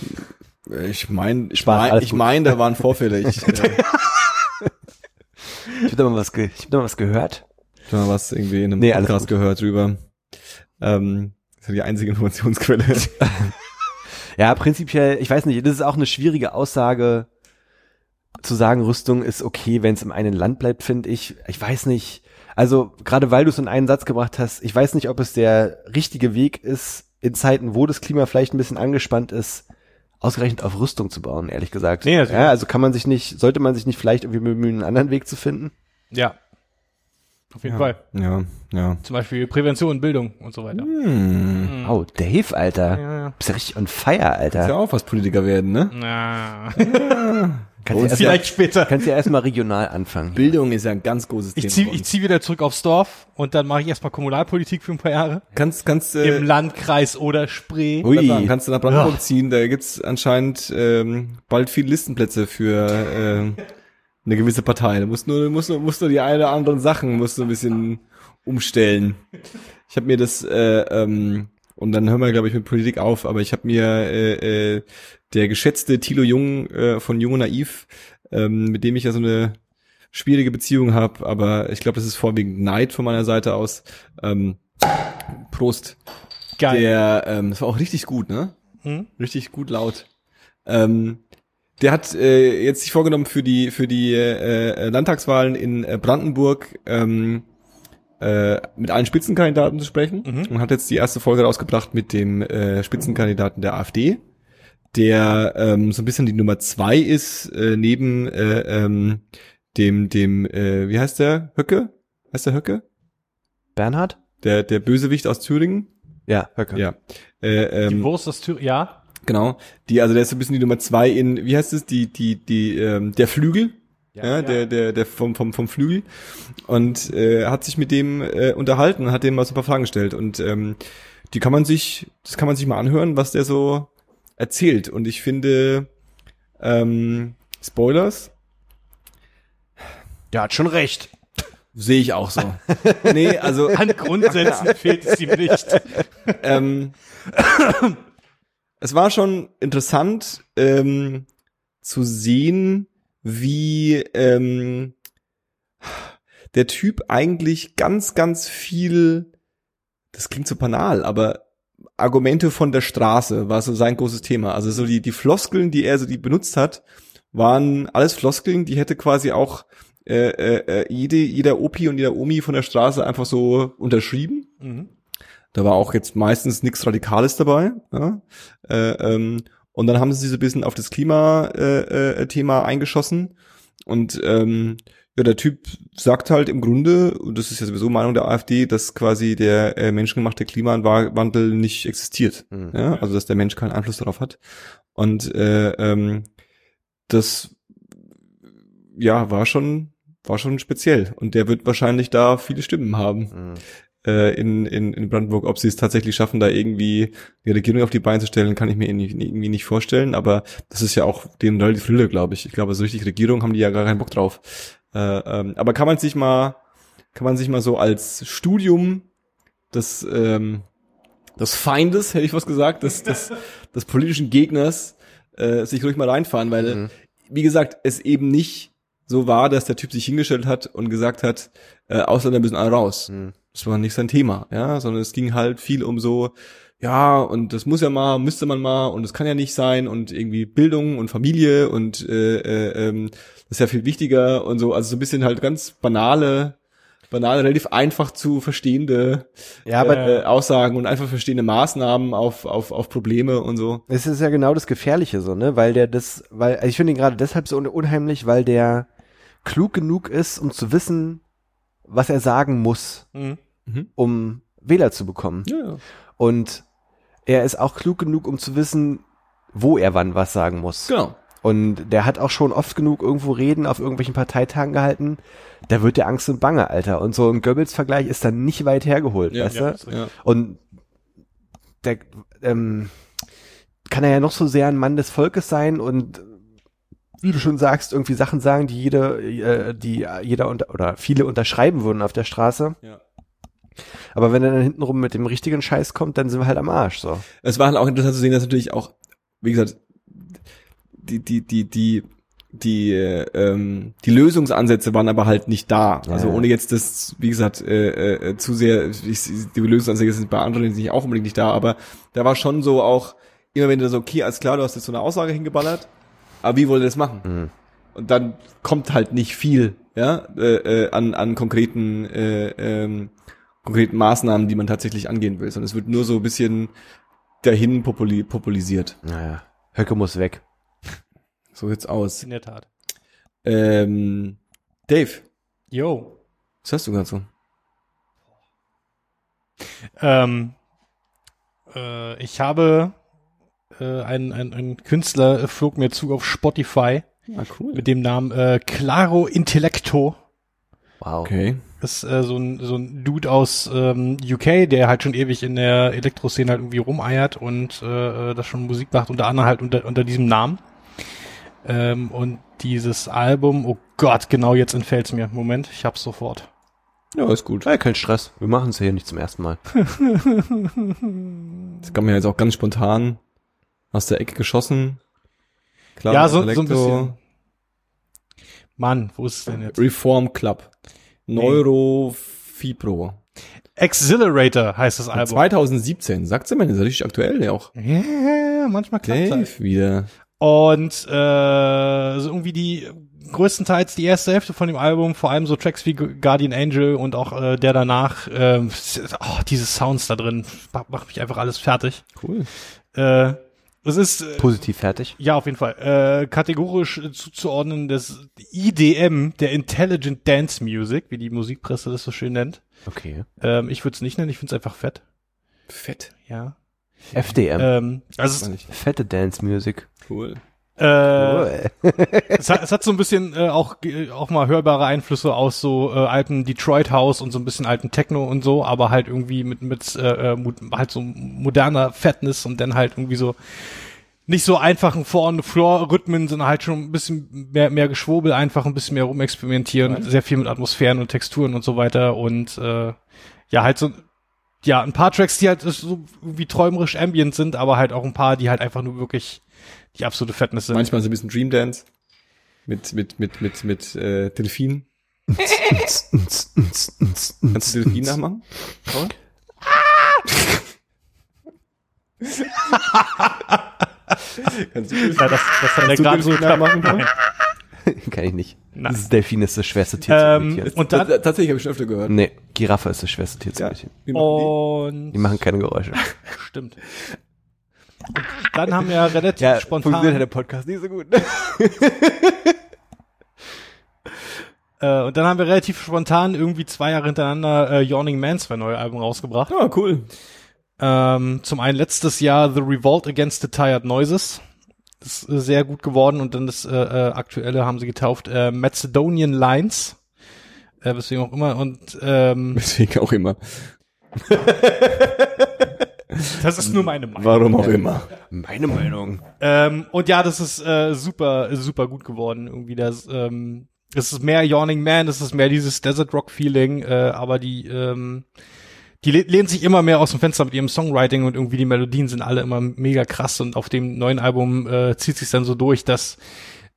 [SPEAKER 1] äh, ich meine, ich
[SPEAKER 2] Spaß,
[SPEAKER 1] meine,
[SPEAKER 2] alles
[SPEAKER 1] ich
[SPEAKER 2] gut.
[SPEAKER 1] mein, da waren Vorfälle. Ich, äh,
[SPEAKER 2] ich habe da, mal was ge- ich hab da mal was gehört.
[SPEAKER 1] Ich habe mal was irgendwie in einem
[SPEAKER 2] Nee, alles
[SPEAKER 1] Podcast gehört drüber. Ähm, das ist die einzige Informationsquelle.
[SPEAKER 2] Ja, prinzipiell, ich weiß nicht, das ist auch eine schwierige Aussage zu sagen, Rüstung ist okay, wenn es im einen Land bleibt, finde ich. Ich weiß nicht. Also, gerade weil du es in einen Satz gebracht hast, ich weiß nicht, ob es der richtige Weg ist, in Zeiten, wo das Klima vielleicht ein bisschen angespannt ist, ausreichend auf Rüstung zu bauen, ehrlich gesagt.
[SPEAKER 3] Nee, natürlich.
[SPEAKER 2] ja, also kann man sich nicht, sollte man sich nicht vielleicht irgendwie bemühen, einen anderen Weg zu finden?
[SPEAKER 3] Ja. Auf jeden Fall.
[SPEAKER 1] ja, ja.
[SPEAKER 3] Zum Beispiel Prävention, Bildung und so weiter.
[SPEAKER 1] Hm.
[SPEAKER 3] Mhm.
[SPEAKER 2] Oh, Dave, Alter.
[SPEAKER 3] Ja, ja.
[SPEAKER 2] Bist ja richtig on fire,
[SPEAKER 1] Ist ja
[SPEAKER 2] Alter.
[SPEAKER 1] auch was Politiker werden, ne?
[SPEAKER 3] Na.
[SPEAKER 2] Kannst ja erst mal-
[SPEAKER 3] Vielleicht später.
[SPEAKER 2] kannst ja erstmal regional anfangen.
[SPEAKER 1] Bildung ist ja ein ganz großes
[SPEAKER 3] Ich
[SPEAKER 1] Thema.
[SPEAKER 3] ziehe
[SPEAKER 1] bei uns.
[SPEAKER 3] ich zieh wieder zurück aufs Dorf und dann mache ich erstmal Kommunalpolitik für ein paar Jahre.
[SPEAKER 1] kannst, kannst, äh,
[SPEAKER 3] Im Landkreis oder Spree.
[SPEAKER 1] Ui. kannst du nach Brandenburg ziehen, da gibt's anscheinend ähm, bald viele Listenplätze für Eine gewisse Partei. Du musst nur, musst nur, musst nur die eine oder anderen Sachen musst du ein bisschen umstellen. Ich habe mir das, äh, ähm, und dann hören wir, glaube ich, mit Politik auf, aber ich habe mir äh, äh, der geschätzte Thilo Jung äh, von Jung und Naiv, ähm, mit dem ich ja so eine schwierige Beziehung habe, aber ich glaube, das ist vorwiegend Neid von meiner Seite aus. Ähm, Prost.
[SPEAKER 3] Geil.
[SPEAKER 1] Der, ähm, das war auch richtig gut, ne?
[SPEAKER 3] Hm?
[SPEAKER 1] Richtig gut laut. Ähm, der hat äh, jetzt sich vorgenommen für die für die äh, äh, Landtagswahlen in äh, Brandenburg ähm, äh, mit allen Spitzenkandidaten zu sprechen
[SPEAKER 3] Mhm.
[SPEAKER 1] und hat jetzt die erste Folge rausgebracht mit dem äh, Spitzenkandidaten der AfD, der ähm, so ein bisschen die Nummer zwei ist äh, neben äh, ähm, dem dem äh, wie heißt der Höcke heißt der Höcke
[SPEAKER 2] Bernhard?
[SPEAKER 1] der der Bösewicht aus Thüringen
[SPEAKER 2] Ja, Höcke.
[SPEAKER 1] ja äh,
[SPEAKER 3] Die
[SPEAKER 1] ähm,
[SPEAKER 3] Wurst aus Thüringen, ja.
[SPEAKER 1] Genau. Die, also der ist so ein bisschen die Nummer zwei in, wie heißt es, die, die, die, ähm, der Flügel. Ja, der, der, der vom, vom, vom Flügel. Und äh, hat sich mit dem äh, unterhalten und hat dem mal so ein paar Fragen gestellt. Und ähm, die kann man sich, das kann man sich mal anhören, was der so erzählt. Und ich finde, ähm, Spoilers,
[SPEAKER 2] Der hat schon recht.
[SPEAKER 1] sehe ich auch so. nee, also
[SPEAKER 3] An Grundsätzen fehlt es ihm nicht.
[SPEAKER 1] ähm, es war schon interessant ähm, zu sehen, wie ähm, der Typ eigentlich ganz, ganz viel, das klingt so banal, aber Argumente von der Straße war so sein großes Thema. Also so die, die Floskeln, die er so die benutzt hat, waren alles Floskeln, die hätte quasi auch äh, äh, äh, jede, jeder Opi und jeder Omi von der Straße einfach so unterschrieben.
[SPEAKER 3] Mhm.
[SPEAKER 1] Da war auch jetzt meistens nichts Radikales dabei. Ja? Äh, ähm, und dann haben sie sich so ein bisschen auf das Klima-Thema äh, äh, Thema eingeschossen. Und ähm, ja, der Typ sagt halt im Grunde, und das ist ja sowieso Meinung der AfD, dass quasi der äh, menschengemachte Klimawandel nicht existiert.
[SPEAKER 2] Mhm.
[SPEAKER 1] Ja? Also dass der Mensch keinen Einfluss darauf hat. Und äh, ähm, das ja war schon war schon speziell. Und der wird wahrscheinlich da viele Stimmen haben
[SPEAKER 2] Mhm.
[SPEAKER 1] äh, in, in, in Brandenburg. Ob sie es tatsächlich schaffen, da irgendwie die Regierung auf die Beine zu stellen, kann ich mir irgendwie irgendwie nicht vorstellen. Aber das ist ja auch denen relativ Lille, glaube ich. Ich glaube, so richtig Regierung haben die ja gar keinen Bock drauf. Äh, ähm, aber kann man sich mal, kann man sich mal so als Studium des, ähm, des Feindes, hätte ich was gesagt, des, des, des politischen Gegners, äh, sich ruhig mal reinfahren, weil,
[SPEAKER 2] Mhm.
[SPEAKER 1] wie gesagt, es eben nicht so war, dass der Typ sich hingestellt hat und gesagt hat, äh, Ausländer müssen alle raus
[SPEAKER 2] Mhm.
[SPEAKER 1] das war nicht sein Thema, ja, sondern es ging halt viel um so, ja, und das muss ja mal, müsste man mal, und das kann ja nicht sein, und irgendwie Bildung und Familie und äh, äh, ähm, das ist ja viel wichtiger und so, also so ein bisschen halt ganz banale, banale, relativ einfach zu verstehende
[SPEAKER 2] Ja, aber
[SPEAKER 1] äh, Aussagen und einfach verstehende Maßnahmen auf, auf, auf Probleme und so.
[SPEAKER 2] Es ist ja genau das Gefährliche so, ne? Weil der das, weil, also ich finde ihn gerade deshalb so un- unheimlich, weil der klug genug ist, um zu wissen, was er sagen muss,
[SPEAKER 3] Mhm.
[SPEAKER 2] um Wähler zu bekommen.
[SPEAKER 1] Ja, ja.
[SPEAKER 2] Und er ist auch klug genug, um zu wissen, wo er wann was sagen muss.
[SPEAKER 1] Genau.
[SPEAKER 2] Und der hat auch schon oft genug irgendwo Reden auf irgendwelchen Parteitagen gehalten. Da wird der Angst und Bange, Alter. Und so ein Goebbels-Vergleich ist dann nicht weit hergeholt,
[SPEAKER 1] Ja,
[SPEAKER 2] weißt
[SPEAKER 3] ja,
[SPEAKER 2] du?
[SPEAKER 3] ist richtig.
[SPEAKER 1] Ja.
[SPEAKER 2] Und der ähm, kann er ja noch so sehr ein Mann des Volkes sein und wie du schon sagst, irgendwie Sachen sagen, die jede, äh, die jeder unter, oder viele unterschreiben würden auf der Straße.
[SPEAKER 1] Ja.
[SPEAKER 2] Aber wenn er dann hintenrum mit dem richtigen Scheiß kommt, dann sind wir halt am Arsch. So.
[SPEAKER 1] es war halt auch interessant zu sehen, dass natürlich auch, wie gesagt, die, die, die, die, die, äh, ähm, die Lösungsansätze waren aber halt nicht da.
[SPEAKER 2] Ja.
[SPEAKER 1] Also ohne jetzt das, wie gesagt, äh, äh, zu sehr, ich, die Lösungsansätze sind bei anderen nicht auch unbedingt nicht da, aber da war schon so auch, immer wenn du so, okay, alles klar, du hast jetzt so eine Aussage hingeballert, aber wie wollt ihr das machen?
[SPEAKER 2] Mhm.
[SPEAKER 1] Und dann kommt halt nicht viel, ja, äh, äh, an, an konkreten, äh, ähm, konkreten Maßnahmen, die man tatsächlich angehen will, sondern es wird nur so ein bisschen dahin populi populisiert.
[SPEAKER 2] Naja, Höcke muss weg.
[SPEAKER 1] So sieht's aus.
[SPEAKER 3] In der Tat.
[SPEAKER 1] Ähm, Dave,
[SPEAKER 3] Yo.
[SPEAKER 1] was hast du dazu?
[SPEAKER 3] Ähm, äh, ich habe äh, ein, ein, ein Künstler äh, flog mir zu auf Spotify
[SPEAKER 1] Ah, cool.
[SPEAKER 3] mit dem Namen äh, Claro Intellecto.
[SPEAKER 2] Wow.
[SPEAKER 1] Okay.
[SPEAKER 3] Ist äh, so, ein, so ein Dude aus ähm, UK, der halt schon ewig in der Elektroszene halt irgendwie rumeiert und äh, äh, da schon Musik macht, unter anderem halt unter, unter diesem Namen. Ähm, und dieses Album, oh Gott, genau jetzt entfällt's mir. Moment, ich hab's sofort.
[SPEAKER 1] Ja, ist gut.
[SPEAKER 2] Ja, kein Stress. Wir machen es ja hier nicht zum ersten Mal.
[SPEAKER 1] Das kam mir jetzt auch ganz spontan aus der Ecke geschossen. Klar,
[SPEAKER 3] ja, so, so ein bisschen. Mann, wo ist es denn jetzt?
[SPEAKER 1] Reform Club. Neurofibro.
[SPEAKER 3] Exhilarator heißt das Album.
[SPEAKER 1] 2017, sagt sie mir, das ist richtig aktuell ja auch.
[SPEAKER 3] Ja, manchmal klappt's halt.
[SPEAKER 1] Dave wieder.
[SPEAKER 3] Und äh, so irgendwie die größtenteils die erste Hälfte von dem Album, vor allem so Tracks wie Guardian Angel und auch äh, der danach, äh, oh, diese Sounds da drin, ma- macht mich einfach alles fertig.
[SPEAKER 1] Cool.
[SPEAKER 3] Äh, es ist, äh,
[SPEAKER 2] Positiv fertig.
[SPEAKER 3] ja, auf jeden Fall, äh, kategorisch äh, zuzuordnen, das IDM, der Intelligent Dance Music, wie die Musikpresse das so schön nennt.
[SPEAKER 2] Okay.
[SPEAKER 3] Ähm, ich würde es nicht nennen, ich finde es einfach fett.
[SPEAKER 1] Fett.
[SPEAKER 3] Ja.
[SPEAKER 2] FDM.
[SPEAKER 3] Ähm, also
[SPEAKER 1] Fand ich
[SPEAKER 2] Fette Dance Music.
[SPEAKER 1] Cool.
[SPEAKER 3] es, äh,
[SPEAKER 2] Äh,
[SPEAKER 3] es, hat, es hat so ein bisschen äh, auch ge- auch mal hörbare Einflüsse aus so äh, alten Detroit House und so ein bisschen alten Techno und so, aber halt irgendwie mit mit äh, äh, mut- halt so moderner Fatness und dann halt irgendwie so nicht so einfachen Vor- und Floor-Rhythmen, sondern halt schon ein bisschen mehr, mehr Geschwurbel, einfach ein bisschen mehr rumexperimentieren, sehr viel mit Atmosphären und Texturen und so weiter und äh, ja, halt so ja, ein paar Tracks, die halt so wie träumerisch ambient sind, aber halt auch ein paar, die halt einfach nur wirklich die absolute Fatness sind.
[SPEAKER 1] Manchmal so ein bisschen Dream Dance. Mit, mit, mit, mit, mit, äh, Delfin. Kannst du Delfin nachmachen? Paul? Ah! Kannst du Delfin
[SPEAKER 3] Ja, das, das hat er gerade so knapp.
[SPEAKER 1] nachmachen? Paul?
[SPEAKER 2] Kann ich nicht.
[SPEAKER 3] Nein.
[SPEAKER 2] Das Delfin ist das schwerste Tier zu
[SPEAKER 3] Ähm,
[SPEAKER 2] imitieren.
[SPEAKER 3] und dann,
[SPEAKER 1] Tats- tatsächlich habe ich schon öfter gehört.
[SPEAKER 2] Nee, Giraffe ist das schwerste Tier zu
[SPEAKER 1] Ja.
[SPEAKER 2] imitieren.
[SPEAKER 1] Wie
[SPEAKER 3] Oh.
[SPEAKER 1] machen
[SPEAKER 2] Die
[SPEAKER 3] und
[SPEAKER 2] machen keine Geräusche.
[SPEAKER 3] stimmt. Und dann haben wir relativ
[SPEAKER 2] funktioniert halt
[SPEAKER 3] spontan
[SPEAKER 2] der Podcast nicht so gut.
[SPEAKER 3] äh, und dann haben wir relativ spontan irgendwie zwei Jahre hintereinander äh, Yawning Man zwei neue Alben rausgebracht.
[SPEAKER 1] die? Ah, cool.
[SPEAKER 3] Ähm, zum einen letztes Jahr The Revolt Against the Tired Noises. Ist äh, sehr gut geworden und dann das äh, äh, aktuelle haben sie getauft äh, Macedonian Lines. Äh, weswegen auch immer und ähm,
[SPEAKER 1] Deswegen auch immer.
[SPEAKER 3] das ist nur meine Meinung.
[SPEAKER 1] Warum auch immer.
[SPEAKER 2] Meine Meinung.
[SPEAKER 3] Ähm, und ja, das ist äh, super, super gut geworden. Irgendwie das, ähm, es ist mehr Yawning Man, es ist mehr dieses Desert Rock Feeling, äh, aber die, ähm, die leh- lehnen sich immer mehr aus dem Fenster mit ihrem Songwriting und irgendwie die Melodien sind alle immer mega krass und auf dem neuen Album äh, zieht sich dann so durch, dass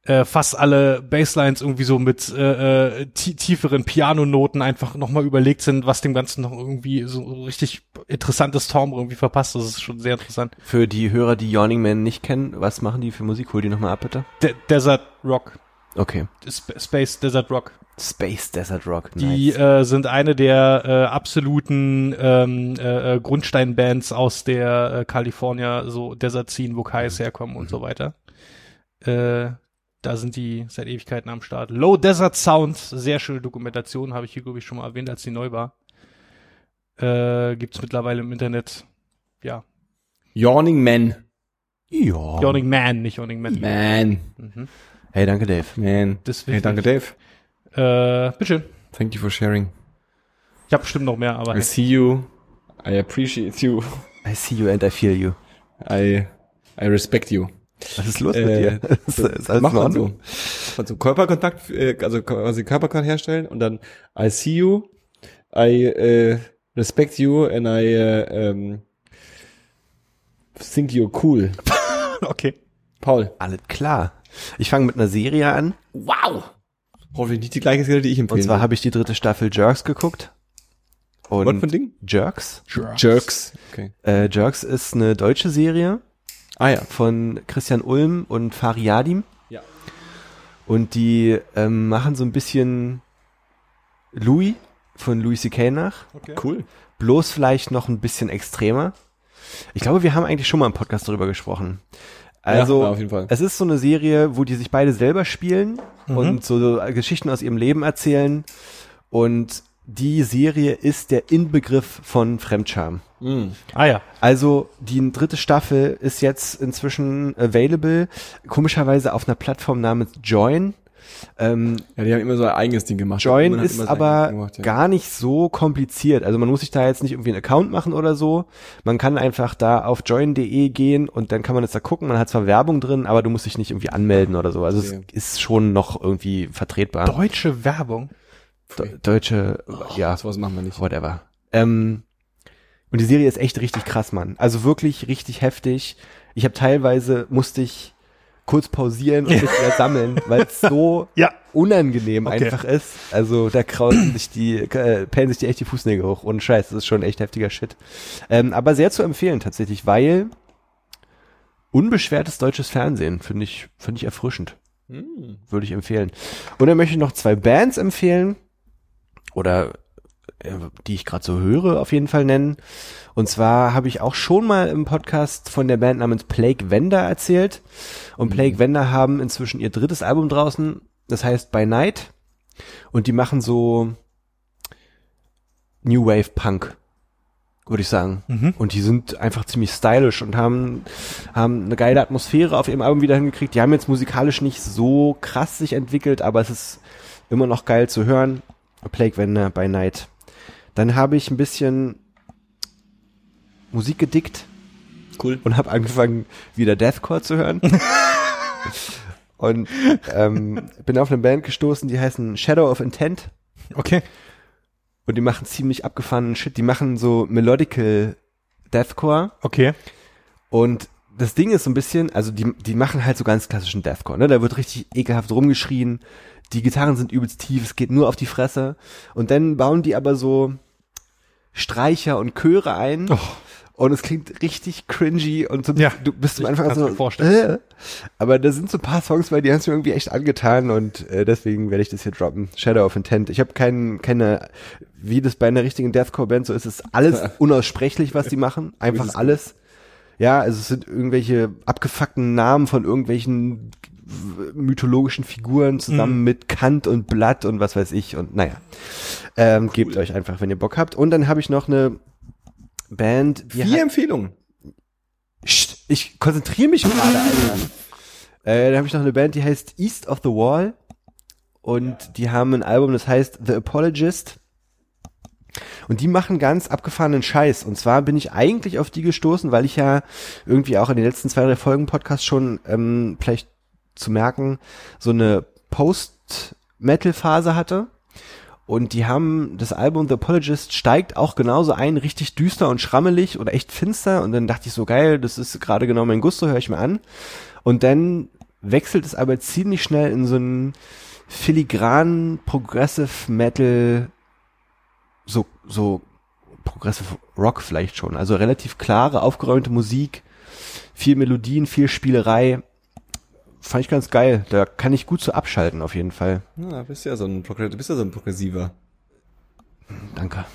[SPEAKER 3] äh, fast alle Basslines irgendwie so mit äh, äh, tie- tieferen Pianonoten einfach nochmal überlegt sind, was dem Ganzen noch irgendwie so richtig interessantes Timbre irgendwie verpasst. Das ist schon sehr interessant.
[SPEAKER 2] Für die Hörer, die Yawning Man nicht kennen, was machen die für Musik? Hol die nochmal ab, bitte.
[SPEAKER 3] De Desert Rock
[SPEAKER 2] Okay.
[SPEAKER 3] Sp- Space Desert Rock.
[SPEAKER 2] Space Desert Rock.
[SPEAKER 3] Die äh, sind eine der äh, absoluten ähm, äh, äh, Grundsteinbands aus der äh, California, so Desert Scene, wo Kais herkommen und so weiter. Äh, da sind die seit Ewigkeiten am Start. Low Desert Sound, sehr schöne Dokumentation, habe ich hier, glaube ich, schon mal erwähnt, als sie neu war. Äh, gibt's mittlerweile im Internet. Ja.
[SPEAKER 1] Yawning Man.
[SPEAKER 2] ja.
[SPEAKER 3] Yawning Man, nicht Yawning Man.
[SPEAKER 1] Man.
[SPEAKER 3] Mhm.
[SPEAKER 2] Hey, danke, Dave.
[SPEAKER 1] Man.
[SPEAKER 3] Deswegen.
[SPEAKER 1] Hey, danke, Dave.
[SPEAKER 3] Äh, bitteschön.
[SPEAKER 1] Thank you for sharing.
[SPEAKER 3] Ich habe bestimmt noch mehr, aber
[SPEAKER 1] I
[SPEAKER 3] hey.
[SPEAKER 1] see you. I appreciate you.
[SPEAKER 2] I see you and I feel you.
[SPEAKER 1] I, I respect you.
[SPEAKER 2] Was ist los
[SPEAKER 1] Äh,
[SPEAKER 2] mit dir? Ist, ist alles
[SPEAKER 1] Macht
[SPEAKER 2] in
[SPEAKER 1] man
[SPEAKER 2] Ordnung?
[SPEAKER 1] so. Also Körperkontakt, äh, also quasi Körperkontakt herstellen und dann I see you, I äh, respect you and I äh, ähm, think you're cool.
[SPEAKER 3] okay.
[SPEAKER 1] Paul.
[SPEAKER 2] Alles klar. Ich fange mit einer Serie an.
[SPEAKER 1] Wow. Hoffentlich nicht die gleiche Serie, die ich
[SPEAKER 2] Und
[SPEAKER 1] empfehlen
[SPEAKER 2] zwar
[SPEAKER 1] würde.
[SPEAKER 2] habe ich die dritte Staffel Jerks geguckt. Und
[SPEAKER 1] Was für ein Ding?
[SPEAKER 2] Jerks.
[SPEAKER 1] Jerks. Okay.
[SPEAKER 2] Äh, Jerks ist eine deutsche Serie
[SPEAKER 1] Ah ja.
[SPEAKER 2] von Christian Ulm und Fariadim.
[SPEAKER 1] Ja.
[SPEAKER 2] Und die ähm, machen so ein bisschen Louis von Louis C.K. nach.
[SPEAKER 3] okay.
[SPEAKER 1] Cool.
[SPEAKER 2] bloß vielleicht noch ein bisschen extremer. Ich glaube, wir haben eigentlich schon mal im Podcast darüber gesprochen. Also,
[SPEAKER 1] ja, auf jeden Fall.
[SPEAKER 2] es ist so eine Serie, wo die sich beide selber spielen
[SPEAKER 1] Mhm.
[SPEAKER 2] und so Geschichten aus ihrem Leben erzählen. Und die Serie ist der Inbegriff von Fremdscham.
[SPEAKER 1] Mm.
[SPEAKER 3] Ah ja.
[SPEAKER 2] Also die dritte Staffel ist jetzt inzwischen available, komischerweise auf einer Plattform namens Join. Ähm,
[SPEAKER 1] Ja, die haben immer so ein eigenes Ding gemacht.
[SPEAKER 2] Join
[SPEAKER 1] Man hat
[SPEAKER 2] ist
[SPEAKER 1] immer sein
[SPEAKER 2] aber
[SPEAKER 1] eigenes Ding gemacht, ja.
[SPEAKER 2] gar nicht so kompliziert. Also man muss sich da jetzt nicht irgendwie einen Account machen oder so. Man kann einfach da auf join.de gehen und dann kann man das da gucken. Man hat zwar Werbung drin, aber du musst dich nicht irgendwie anmelden oder so. Also
[SPEAKER 1] Okay.
[SPEAKER 2] es ist schon noch irgendwie vertretbar.
[SPEAKER 3] Deutsche Werbung.
[SPEAKER 2] De Deutsche,
[SPEAKER 1] Oh.
[SPEAKER 2] ja,
[SPEAKER 1] Ach, sowas machen wir nicht.
[SPEAKER 2] whatever. Ähm, und die Serie ist echt richtig krass, Mann. Also wirklich richtig heftig. Ich habe teilweise musste ich kurz pausieren und mich wieder sammeln, weil es so
[SPEAKER 3] Ja.
[SPEAKER 2] unangenehm
[SPEAKER 3] Okay.
[SPEAKER 2] einfach ist. Also da krausen sich die, äh, pellen sich die echt die Fußnägel hoch. Und Scheiß, das ist schon echt heftiger Shit. Ähm, aber sehr zu empfehlen tatsächlich, weil unbeschwertes deutsches Fernsehen finde ich, finde ich erfrischend
[SPEAKER 1] Hm.
[SPEAKER 2] würde ich empfehlen. Und dann möchte ich noch zwei Bands empfehlen oder äh, die ich gerade so höre, auf jeden Fall nennen. Und zwar habe ich auch schon mal im Podcast von der Band namens Plague Vendor erzählt. Und Plague Vendor haben inzwischen ihr drittes Album draußen, das heißt By Night. Und die machen so New Wave Punk, würde ich sagen.
[SPEAKER 3] Mhm.
[SPEAKER 2] Und die sind einfach ziemlich stylisch und haben, haben eine geile Atmosphäre auf ihrem Album wieder hingekriegt. Die haben jetzt musikalisch nicht so krass sich entwickelt, aber es ist immer noch geil zu hören. Plague Vendor by Night. Dann habe ich ein bisschen Musik gedickt
[SPEAKER 1] Cool.
[SPEAKER 2] und habe angefangen, wieder Deathcore zu hören. und ähm, bin auf eine Band gestoßen, die heißen Shadow of Intent.
[SPEAKER 3] Okay.
[SPEAKER 2] Und die machen ziemlich abgefahrenen Shit. Die machen so Melodical Deathcore.
[SPEAKER 3] Okay.
[SPEAKER 2] Und das Ding ist so ein bisschen, also die, die machen halt so ganz klassischen Deathcore, ne? Da wird richtig ekelhaft rumgeschrien, die Gitarren sind übelst tief, es geht nur auf die Fresse. Und dann bauen die aber so Streicher und Chöre ein. Und es klingt richtig cringy und so,
[SPEAKER 3] Ja,
[SPEAKER 2] du bist am
[SPEAKER 3] ich
[SPEAKER 2] Anfang
[SPEAKER 3] kann's
[SPEAKER 2] so,
[SPEAKER 3] mir vorstellen.
[SPEAKER 2] Äh, aber da sind so ein paar Songs bei, die haben es mir irgendwie echt angetan und äh, deswegen werde ich das hier droppen. Shadow of Intent. Ich habe keinen, keine, wie das bei einer richtigen Deathcore-Band so ist, ist alles unaussprechlich, was die machen. Einfach alles. Ja, also es sind irgendwelche abgefuckten Namen von irgendwelchen mythologischen Figuren
[SPEAKER 3] Mhm.
[SPEAKER 2] zusammen mit Kant und Blatt und was weiß ich und naja. Ähm, Gebt euch einfach, wenn ihr Bock habt. Und dann habe ich noch eine Band. die
[SPEAKER 1] Vier
[SPEAKER 2] hat-
[SPEAKER 1] Empfehlungen.
[SPEAKER 2] Psst, ich konzentriere mich gerade, Alter. Äh, da habe ich noch eine Band, die heißt East of the Wall. Und die haben ein Album, das heißt The Apologist. Und die machen ganz abgefahrenen Scheiß. Und zwar bin ich eigentlich auf die gestoßen, weil ich ja irgendwie auch in den letzten zwei, drei Folgen Podcast schon ähm, vielleicht zu merken, so eine Post-Metal-Phase hatte. Und die haben das Album The Apologist steigt auch genauso ein, richtig düster und schrammelig oder echt finster. Und dann dachte ich so, geil, das ist gerade genau mein Gusto, höre ich mir an. Und dann wechselt es aber ziemlich schnell in so einen filigranen Progressive Metal, so, so Progressive Rock vielleicht schon. Also relativ klare, aufgeräumte Musik, viel Melodien, viel Spielerei. Fand ich ganz geil. Da kann ich gut so abschalten auf jeden Fall.
[SPEAKER 1] Ja, bist ja so ein Progressiver. Bist ja so ein Progressiver.
[SPEAKER 2] Danke.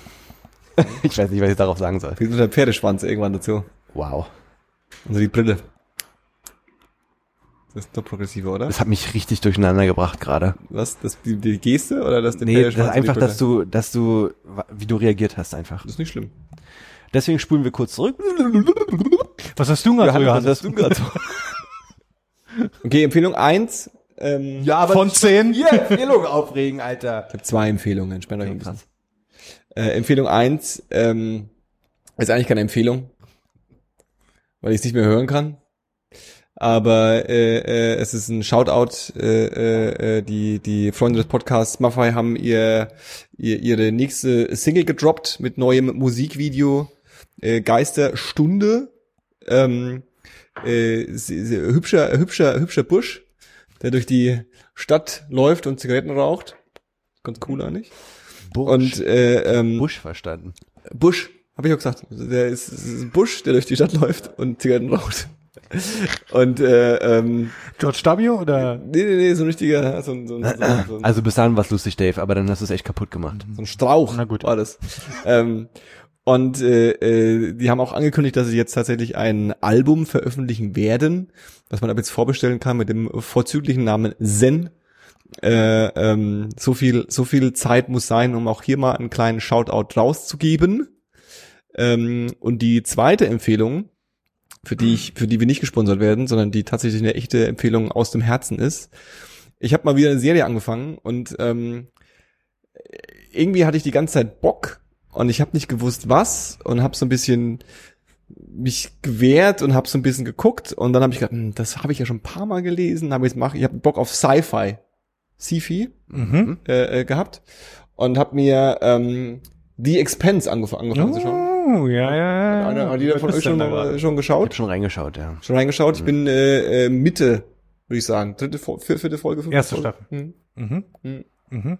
[SPEAKER 2] Ich weiß nicht, was ich darauf sagen soll.
[SPEAKER 1] Kriegst du der Pferdeschwanz irgendwann dazu.
[SPEAKER 2] Wow.
[SPEAKER 1] Also die Brille. Das ist doch progressiver, oder?
[SPEAKER 2] Das hat mich richtig durcheinander gebracht gerade.
[SPEAKER 1] Was? Das, die, die Geste oder das den
[SPEAKER 2] Nee, das ist
[SPEAKER 1] und die
[SPEAKER 2] einfach,
[SPEAKER 1] Brille?
[SPEAKER 2] dass du, dass du, wie du reagiert hast einfach.
[SPEAKER 1] Das ist nicht schlimm.
[SPEAKER 2] Deswegen spulen wir kurz zurück.
[SPEAKER 3] Was hast du gerade so, Johannes?
[SPEAKER 2] du gerade so?
[SPEAKER 1] Okay, Empfehlung eins. Ähm,
[SPEAKER 2] Ja, aber
[SPEAKER 3] Von zehn?
[SPEAKER 2] hier Empfehlung aufregen, Alter.
[SPEAKER 1] Ich habe zwei Empfehlungen. Spendet euch ein bisschen.
[SPEAKER 2] Krass.
[SPEAKER 1] Äh, Empfehlung eins ähm, ist eigentlich keine Empfehlung, weil ich es nicht mehr hören kann. Aber äh, äh, es ist ein Shoutout. Äh, äh, äh, die, die Freunde des Podcasts Maffei haben ihr, ihr ihre nächste Single gedroppt mit neuem Musikvideo äh, Geisterstunde. Ähm, äh, se- se- hübscher, hübscher, hübscher Busch, der durch die Stadt läuft und Zigaretten raucht. Ganz cool eigentlich.
[SPEAKER 2] Busch.
[SPEAKER 1] Und äh, ähm,
[SPEAKER 2] Busch verstanden.
[SPEAKER 1] Busch, habe ich auch gesagt. Der ist, ist ein Busch, der durch die Stadt läuft und Zigaretten raucht. Und äh, ähm,
[SPEAKER 3] George W. oder?
[SPEAKER 1] nee, nee, nee, so ein richtiger, so ein, so ein, so ein, so ein,
[SPEAKER 2] Also bis dahin war's lustig, Dave, aber dann hast du es echt kaputt gemacht.
[SPEAKER 1] so ein Strauch
[SPEAKER 3] Na gut.
[SPEAKER 1] war das. ähm, und äh, äh, die haben auch angekündigt, dass sie jetzt tatsächlich ein Album veröffentlichen werden, was man ab jetzt vorbestellen kann mit dem vorzüglichen Namen Zen. Äh, ähm, so viel, so viel Zeit muss sein, um auch hier mal einen kleinen Shoutout rauszugeben. Ähm, und die zweite Empfehlung, für die ich, für die wir nicht gesponsert werden, sondern die tatsächlich eine echte Empfehlung aus dem Herzen ist, ich habe mal wieder eine Serie angefangen und ähm, irgendwie hatte ich die ganze Zeit Bock und ich habe nicht gewusst was und habe so ein bisschen mich gewehrt und habe so ein bisschen geguckt und dann habe ich gedacht, hm, das habe ich ja schon ein paar Mal gelesen, habe ich mach, ich habe Bock auf Sci-Fi, Sci-Fi
[SPEAKER 3] Mhm.
[SPEAKER 1] äh, äh, gehabt und habe mir ähm, The Expense angef angefangen zu schauen.
[SPEAKER 3] Oh, ja, ja,
[SPEAKER 1] Einer,
[SPEAKER 3] ja.
[SPEAKER 1] hat jeder von euch schon, äh, schon
[SPEAKER 2] Ich hab
[SPEAKER 1] geschaut?
[SPEAKER 2] schon reingeschaut, ja.
[SPEAKER 1] Schon reingeschaut?
[SPEAKER 3] Mhm.
[SPEAKER 1] Ich bin äh, äh, Mitte, würde ich sagen. Dritte, Fo- vier- vierte Folge, fünfte
[SPEAKER 3] Erste
[SPEAKER 1] Folge. Hm.
[SPEAKER 3] Staffel. Mhm.
[SPEAKER 1] Mhm.
[SPEAKER 3] Mhm.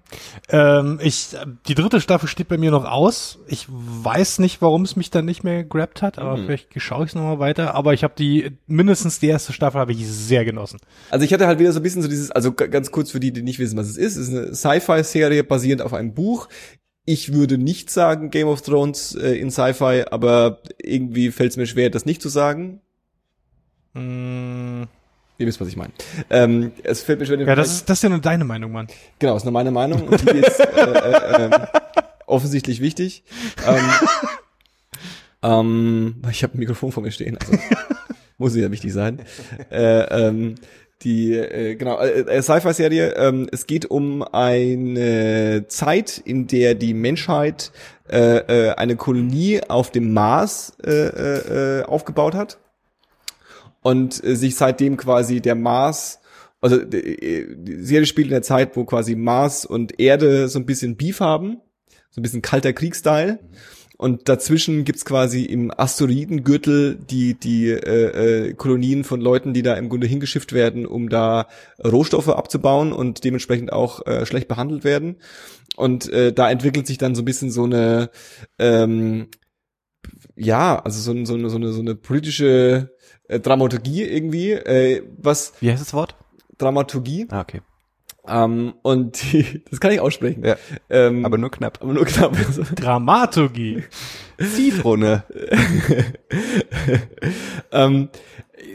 [SPEAKER 3] Ähm, ich, äh, die dritte Staffel steht bei mir noch aus. Ich weiß nicht, warum es mich dann nicht mehr gegrabt hat, aber
[SPEAKER 1] Mhm.
[SPEAKER 3] vielleicht schaue ich es nochmal weiter. Aber ich habe die, mindestens die erste Staffel habe ich sehr genossen.
[SPEAKER 1] Also ich hatte halt wieder so ein bisschen so dieses, also g- ganz kurz für die, die nicht wissen, was es ist, es ist eine Sci-Fi-Serie basierend auf einem Buch. Ich würde nicht sagen Game of Thrones äh, in Sci-Fi, aber irgendwie fällt es mir schwer, das nicht zu sagen.
[SPEAKER 3] Mhm.
[SPEAKER 1] Ihr wisst, was ich meine. Ähm, es fällt mir schwer, den
[SPEAKER 3] Ja, das ist, das ist ja nur deine Meinung, Mann.
[SPEAKER 1] Genau, ist nur meine Meinung und die ist äh, äh, ähm, offensichtlich wichtig. Ähm, ähm, ich habe ein Mikrofon vor mir stehen, also muss ja wichtig sein. Äh, ähm, die äh, genau äh, äh, Sci-Fi-Serie. Ähm, es geht um eine Zeit, in der die Menschheit äh, äh, eine Kolonie auf dem Mars äh, äh, äh, aufgebaut hat und äh, sich seitdem quasi der Mars, also äh, die Serie spielt in der Zeit, wo quasi Mars und Erde so ein bisschen Beef haben, so ein bisschen kalter Kriegstyle. Und dazwischen gibt's quasi im Asteroidengürtel die, die äh, äh, Kolonien von Leuten, die da im Grunde hingeschifft werden, um da Rohstoffe abzubauen und dementsprechend auch äh, schlecht behandelt werden. Und äh, da entwickelt sich dann so ein bisschen so eine, ähm, ja, also so, ein- so, eine, so, eine, so eine politische äh, Dramaturgie irgendwie, äh, was
[SPEAKER 2] Wie heißt das Wort?
[SPEAKER 1] Dramaturgie,
[SPEAKER 2] Ah, okay.
[SPEAKER 1] ähm, und die, das kann ich aussprechen.
[SPEAKER 2] Ja.
[SPEAKER 1] Ähm,
[SPEAKER 2] Aber nur knapp.
[SPEAKER 1] aber nur knapp. Also,
[SPEAKER 3] Dramaturgie.
[SPEAKER 2] Zitrone.
[SPEAKER 1] ähm,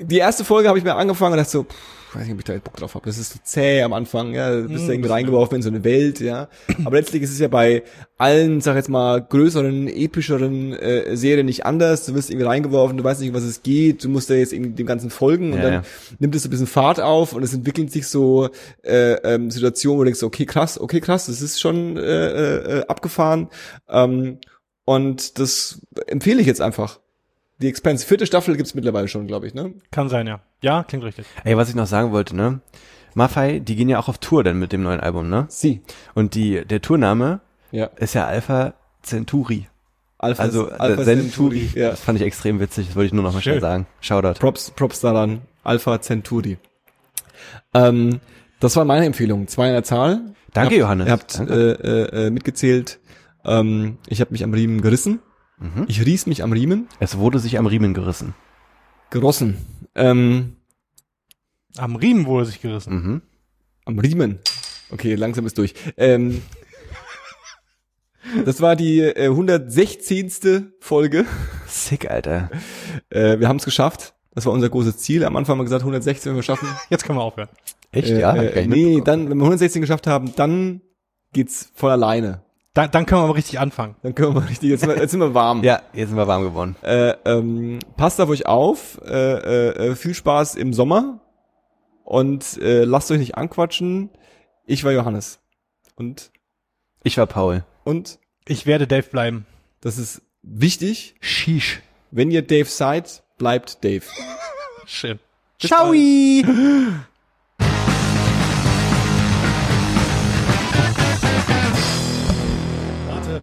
[SPEAKER 1] die erste Folge habe ich mir angefangen und dachte so, pff, weiß nicht, ob ich da jetzt Bock drauf habe. Das ist so zäh am Anfang, ja,
[SPEAKER 2] Hm,
[SPEAKER 1] du bist
[SPEAKER 3] Mm,
[SPEAKER 1] da irgendwie
[SPEAKER 3] das-
[SPEAKER 1] reingeworfen in so eine Welt, ja. Aber letztlich ist es ja bei allen, sag jetzt mal, größeren, epischeren äh, Serien nicht anders. Du wirst irgendwie reingeworfen, du weißt nicht, um was es geht, du musst da jetzt irgendwie dem Ganzen folgen und
[SPEAKER 2] Ja,
[SPEAKER 1] dann
[SPEAKER 2] ja.
[SPEAKER 1] nimmt es so ein bisschen Fahrt auf und es entwickeln sich so äh, ähm, Situationen, wo du denkst, okay, krass, okay, krass, das ist schon äh, äh, abgefahren. Ähm, und das empfehle ich jetzt einfach. Die Expanse, vierte Staffel gibt's mittlerweile schon, glaube ich, ne?
[SPEAKER 3] Kann sein, ja. Ja, klingt richtig.
[SPEAKER 2] Ey, was ich noch sagen wollte, ne? Maffei, die gehen ja auch auf Tour dann mit dem neuen Album, ne?
[SPEAKER 1] Sie.
[SPEAKER 2] Und die, der Tourname
[SPEAKER 1] Ja.
[SPEAKER 2] ist ja Alpha Centauri.
[SPEAKER 1] Alpha,
[SPEAKER 2] Also
[SPEAKER 1] Alpha
[SPEAKER 2] äh, Centauri.
[SPEAKER 1] Ja.
[SPEAKER 2] Das fand ich extrem witzig, das wollte ich nur noch mal schnell
[SPEAKER 3] Schön.
[SPEAKER 2] sagen. Shoutout.
[SPEAKER 1] Props, Props daran. Alpha Centauri. Ähm, das war meine Empfehlung. Zwei in der Zahl.
[SPEAKER 2] Danke,
[SPEAKER 1] ihr habt,
[SPEAKER 2] Johannes.
[SPEAKER 1] Ihr habt
[SPEAKER 2] Danke.
[SPEAKER 1] äh, äh, mitgezählt. Ähm, ich habe mich am Riemen gerissen.
[SPEAKER 2] Mhm.
[SPEAKER 1] Ich riess mich am Riemen.
[SPEAKER 2] Es wurde sich am Riemen gerissen.
[SPEAKER 1] Gerossen. Ähm,
[SPEAKER 3] Am Riemen wurde sich gerissen.
[SPEAKER 2] Mhm.
[SPEAKER 1] am Riemen. Okay, langsam ist durch. Ähm, das war die äh, 116. Folge.
[SPEAKER 2] Sick, Alter.
[SPEAKER 1] Äh, wir haben es geschafft. Das war unser großes Ziel. Am Anfang haben wir gesagt, 116 werden wir schaffen.
[SPEAKER 3] Jetzt können wir aufhören.
[SPEAKER 2] Echt,
[SPEAKER 1] Äh,
[SPEAKER 2] ja? Hab ich gar
[SPEAKER 1] äh,
[SPEAKER 2] nicht
[SPEAKER 1] nee,
[SPEAKER 2] mitbekommen.
[SPEAKER 1] dann, wenn wir 116 geschafft haben, dann geht's voll alleine.
[SPEAKER 3] Da, dann können wir mal richtig anfangen.
[SPEAKER 1] Dann können wir mal richtig, jetzt sind wir, jetzt sind wir warm.
[SPEAKER 2] Ja, jetzt sind wir warm geworden.
[SPEAKER 1] Äh, ähm, passt auf euch auf, äh, äh, äh, viel Spaß im Sommer und äh, lasst euch nicht anquatschen. Ich war Johannes. Und,
[SPEAKER 2] Ich war Paul.
[SPEAKER 1] und,
[SPEAKER 3] Ich werde Dave bleiben.
[SPEAKER 1] das ist wichtig,
[SPEAKER 2] Sheesh.
[SPEAKER 1] wenn ihr Dave seid, bleibt Dave.
[SPEAKER 3] Schön.
[SPEAKER 2] Ciao.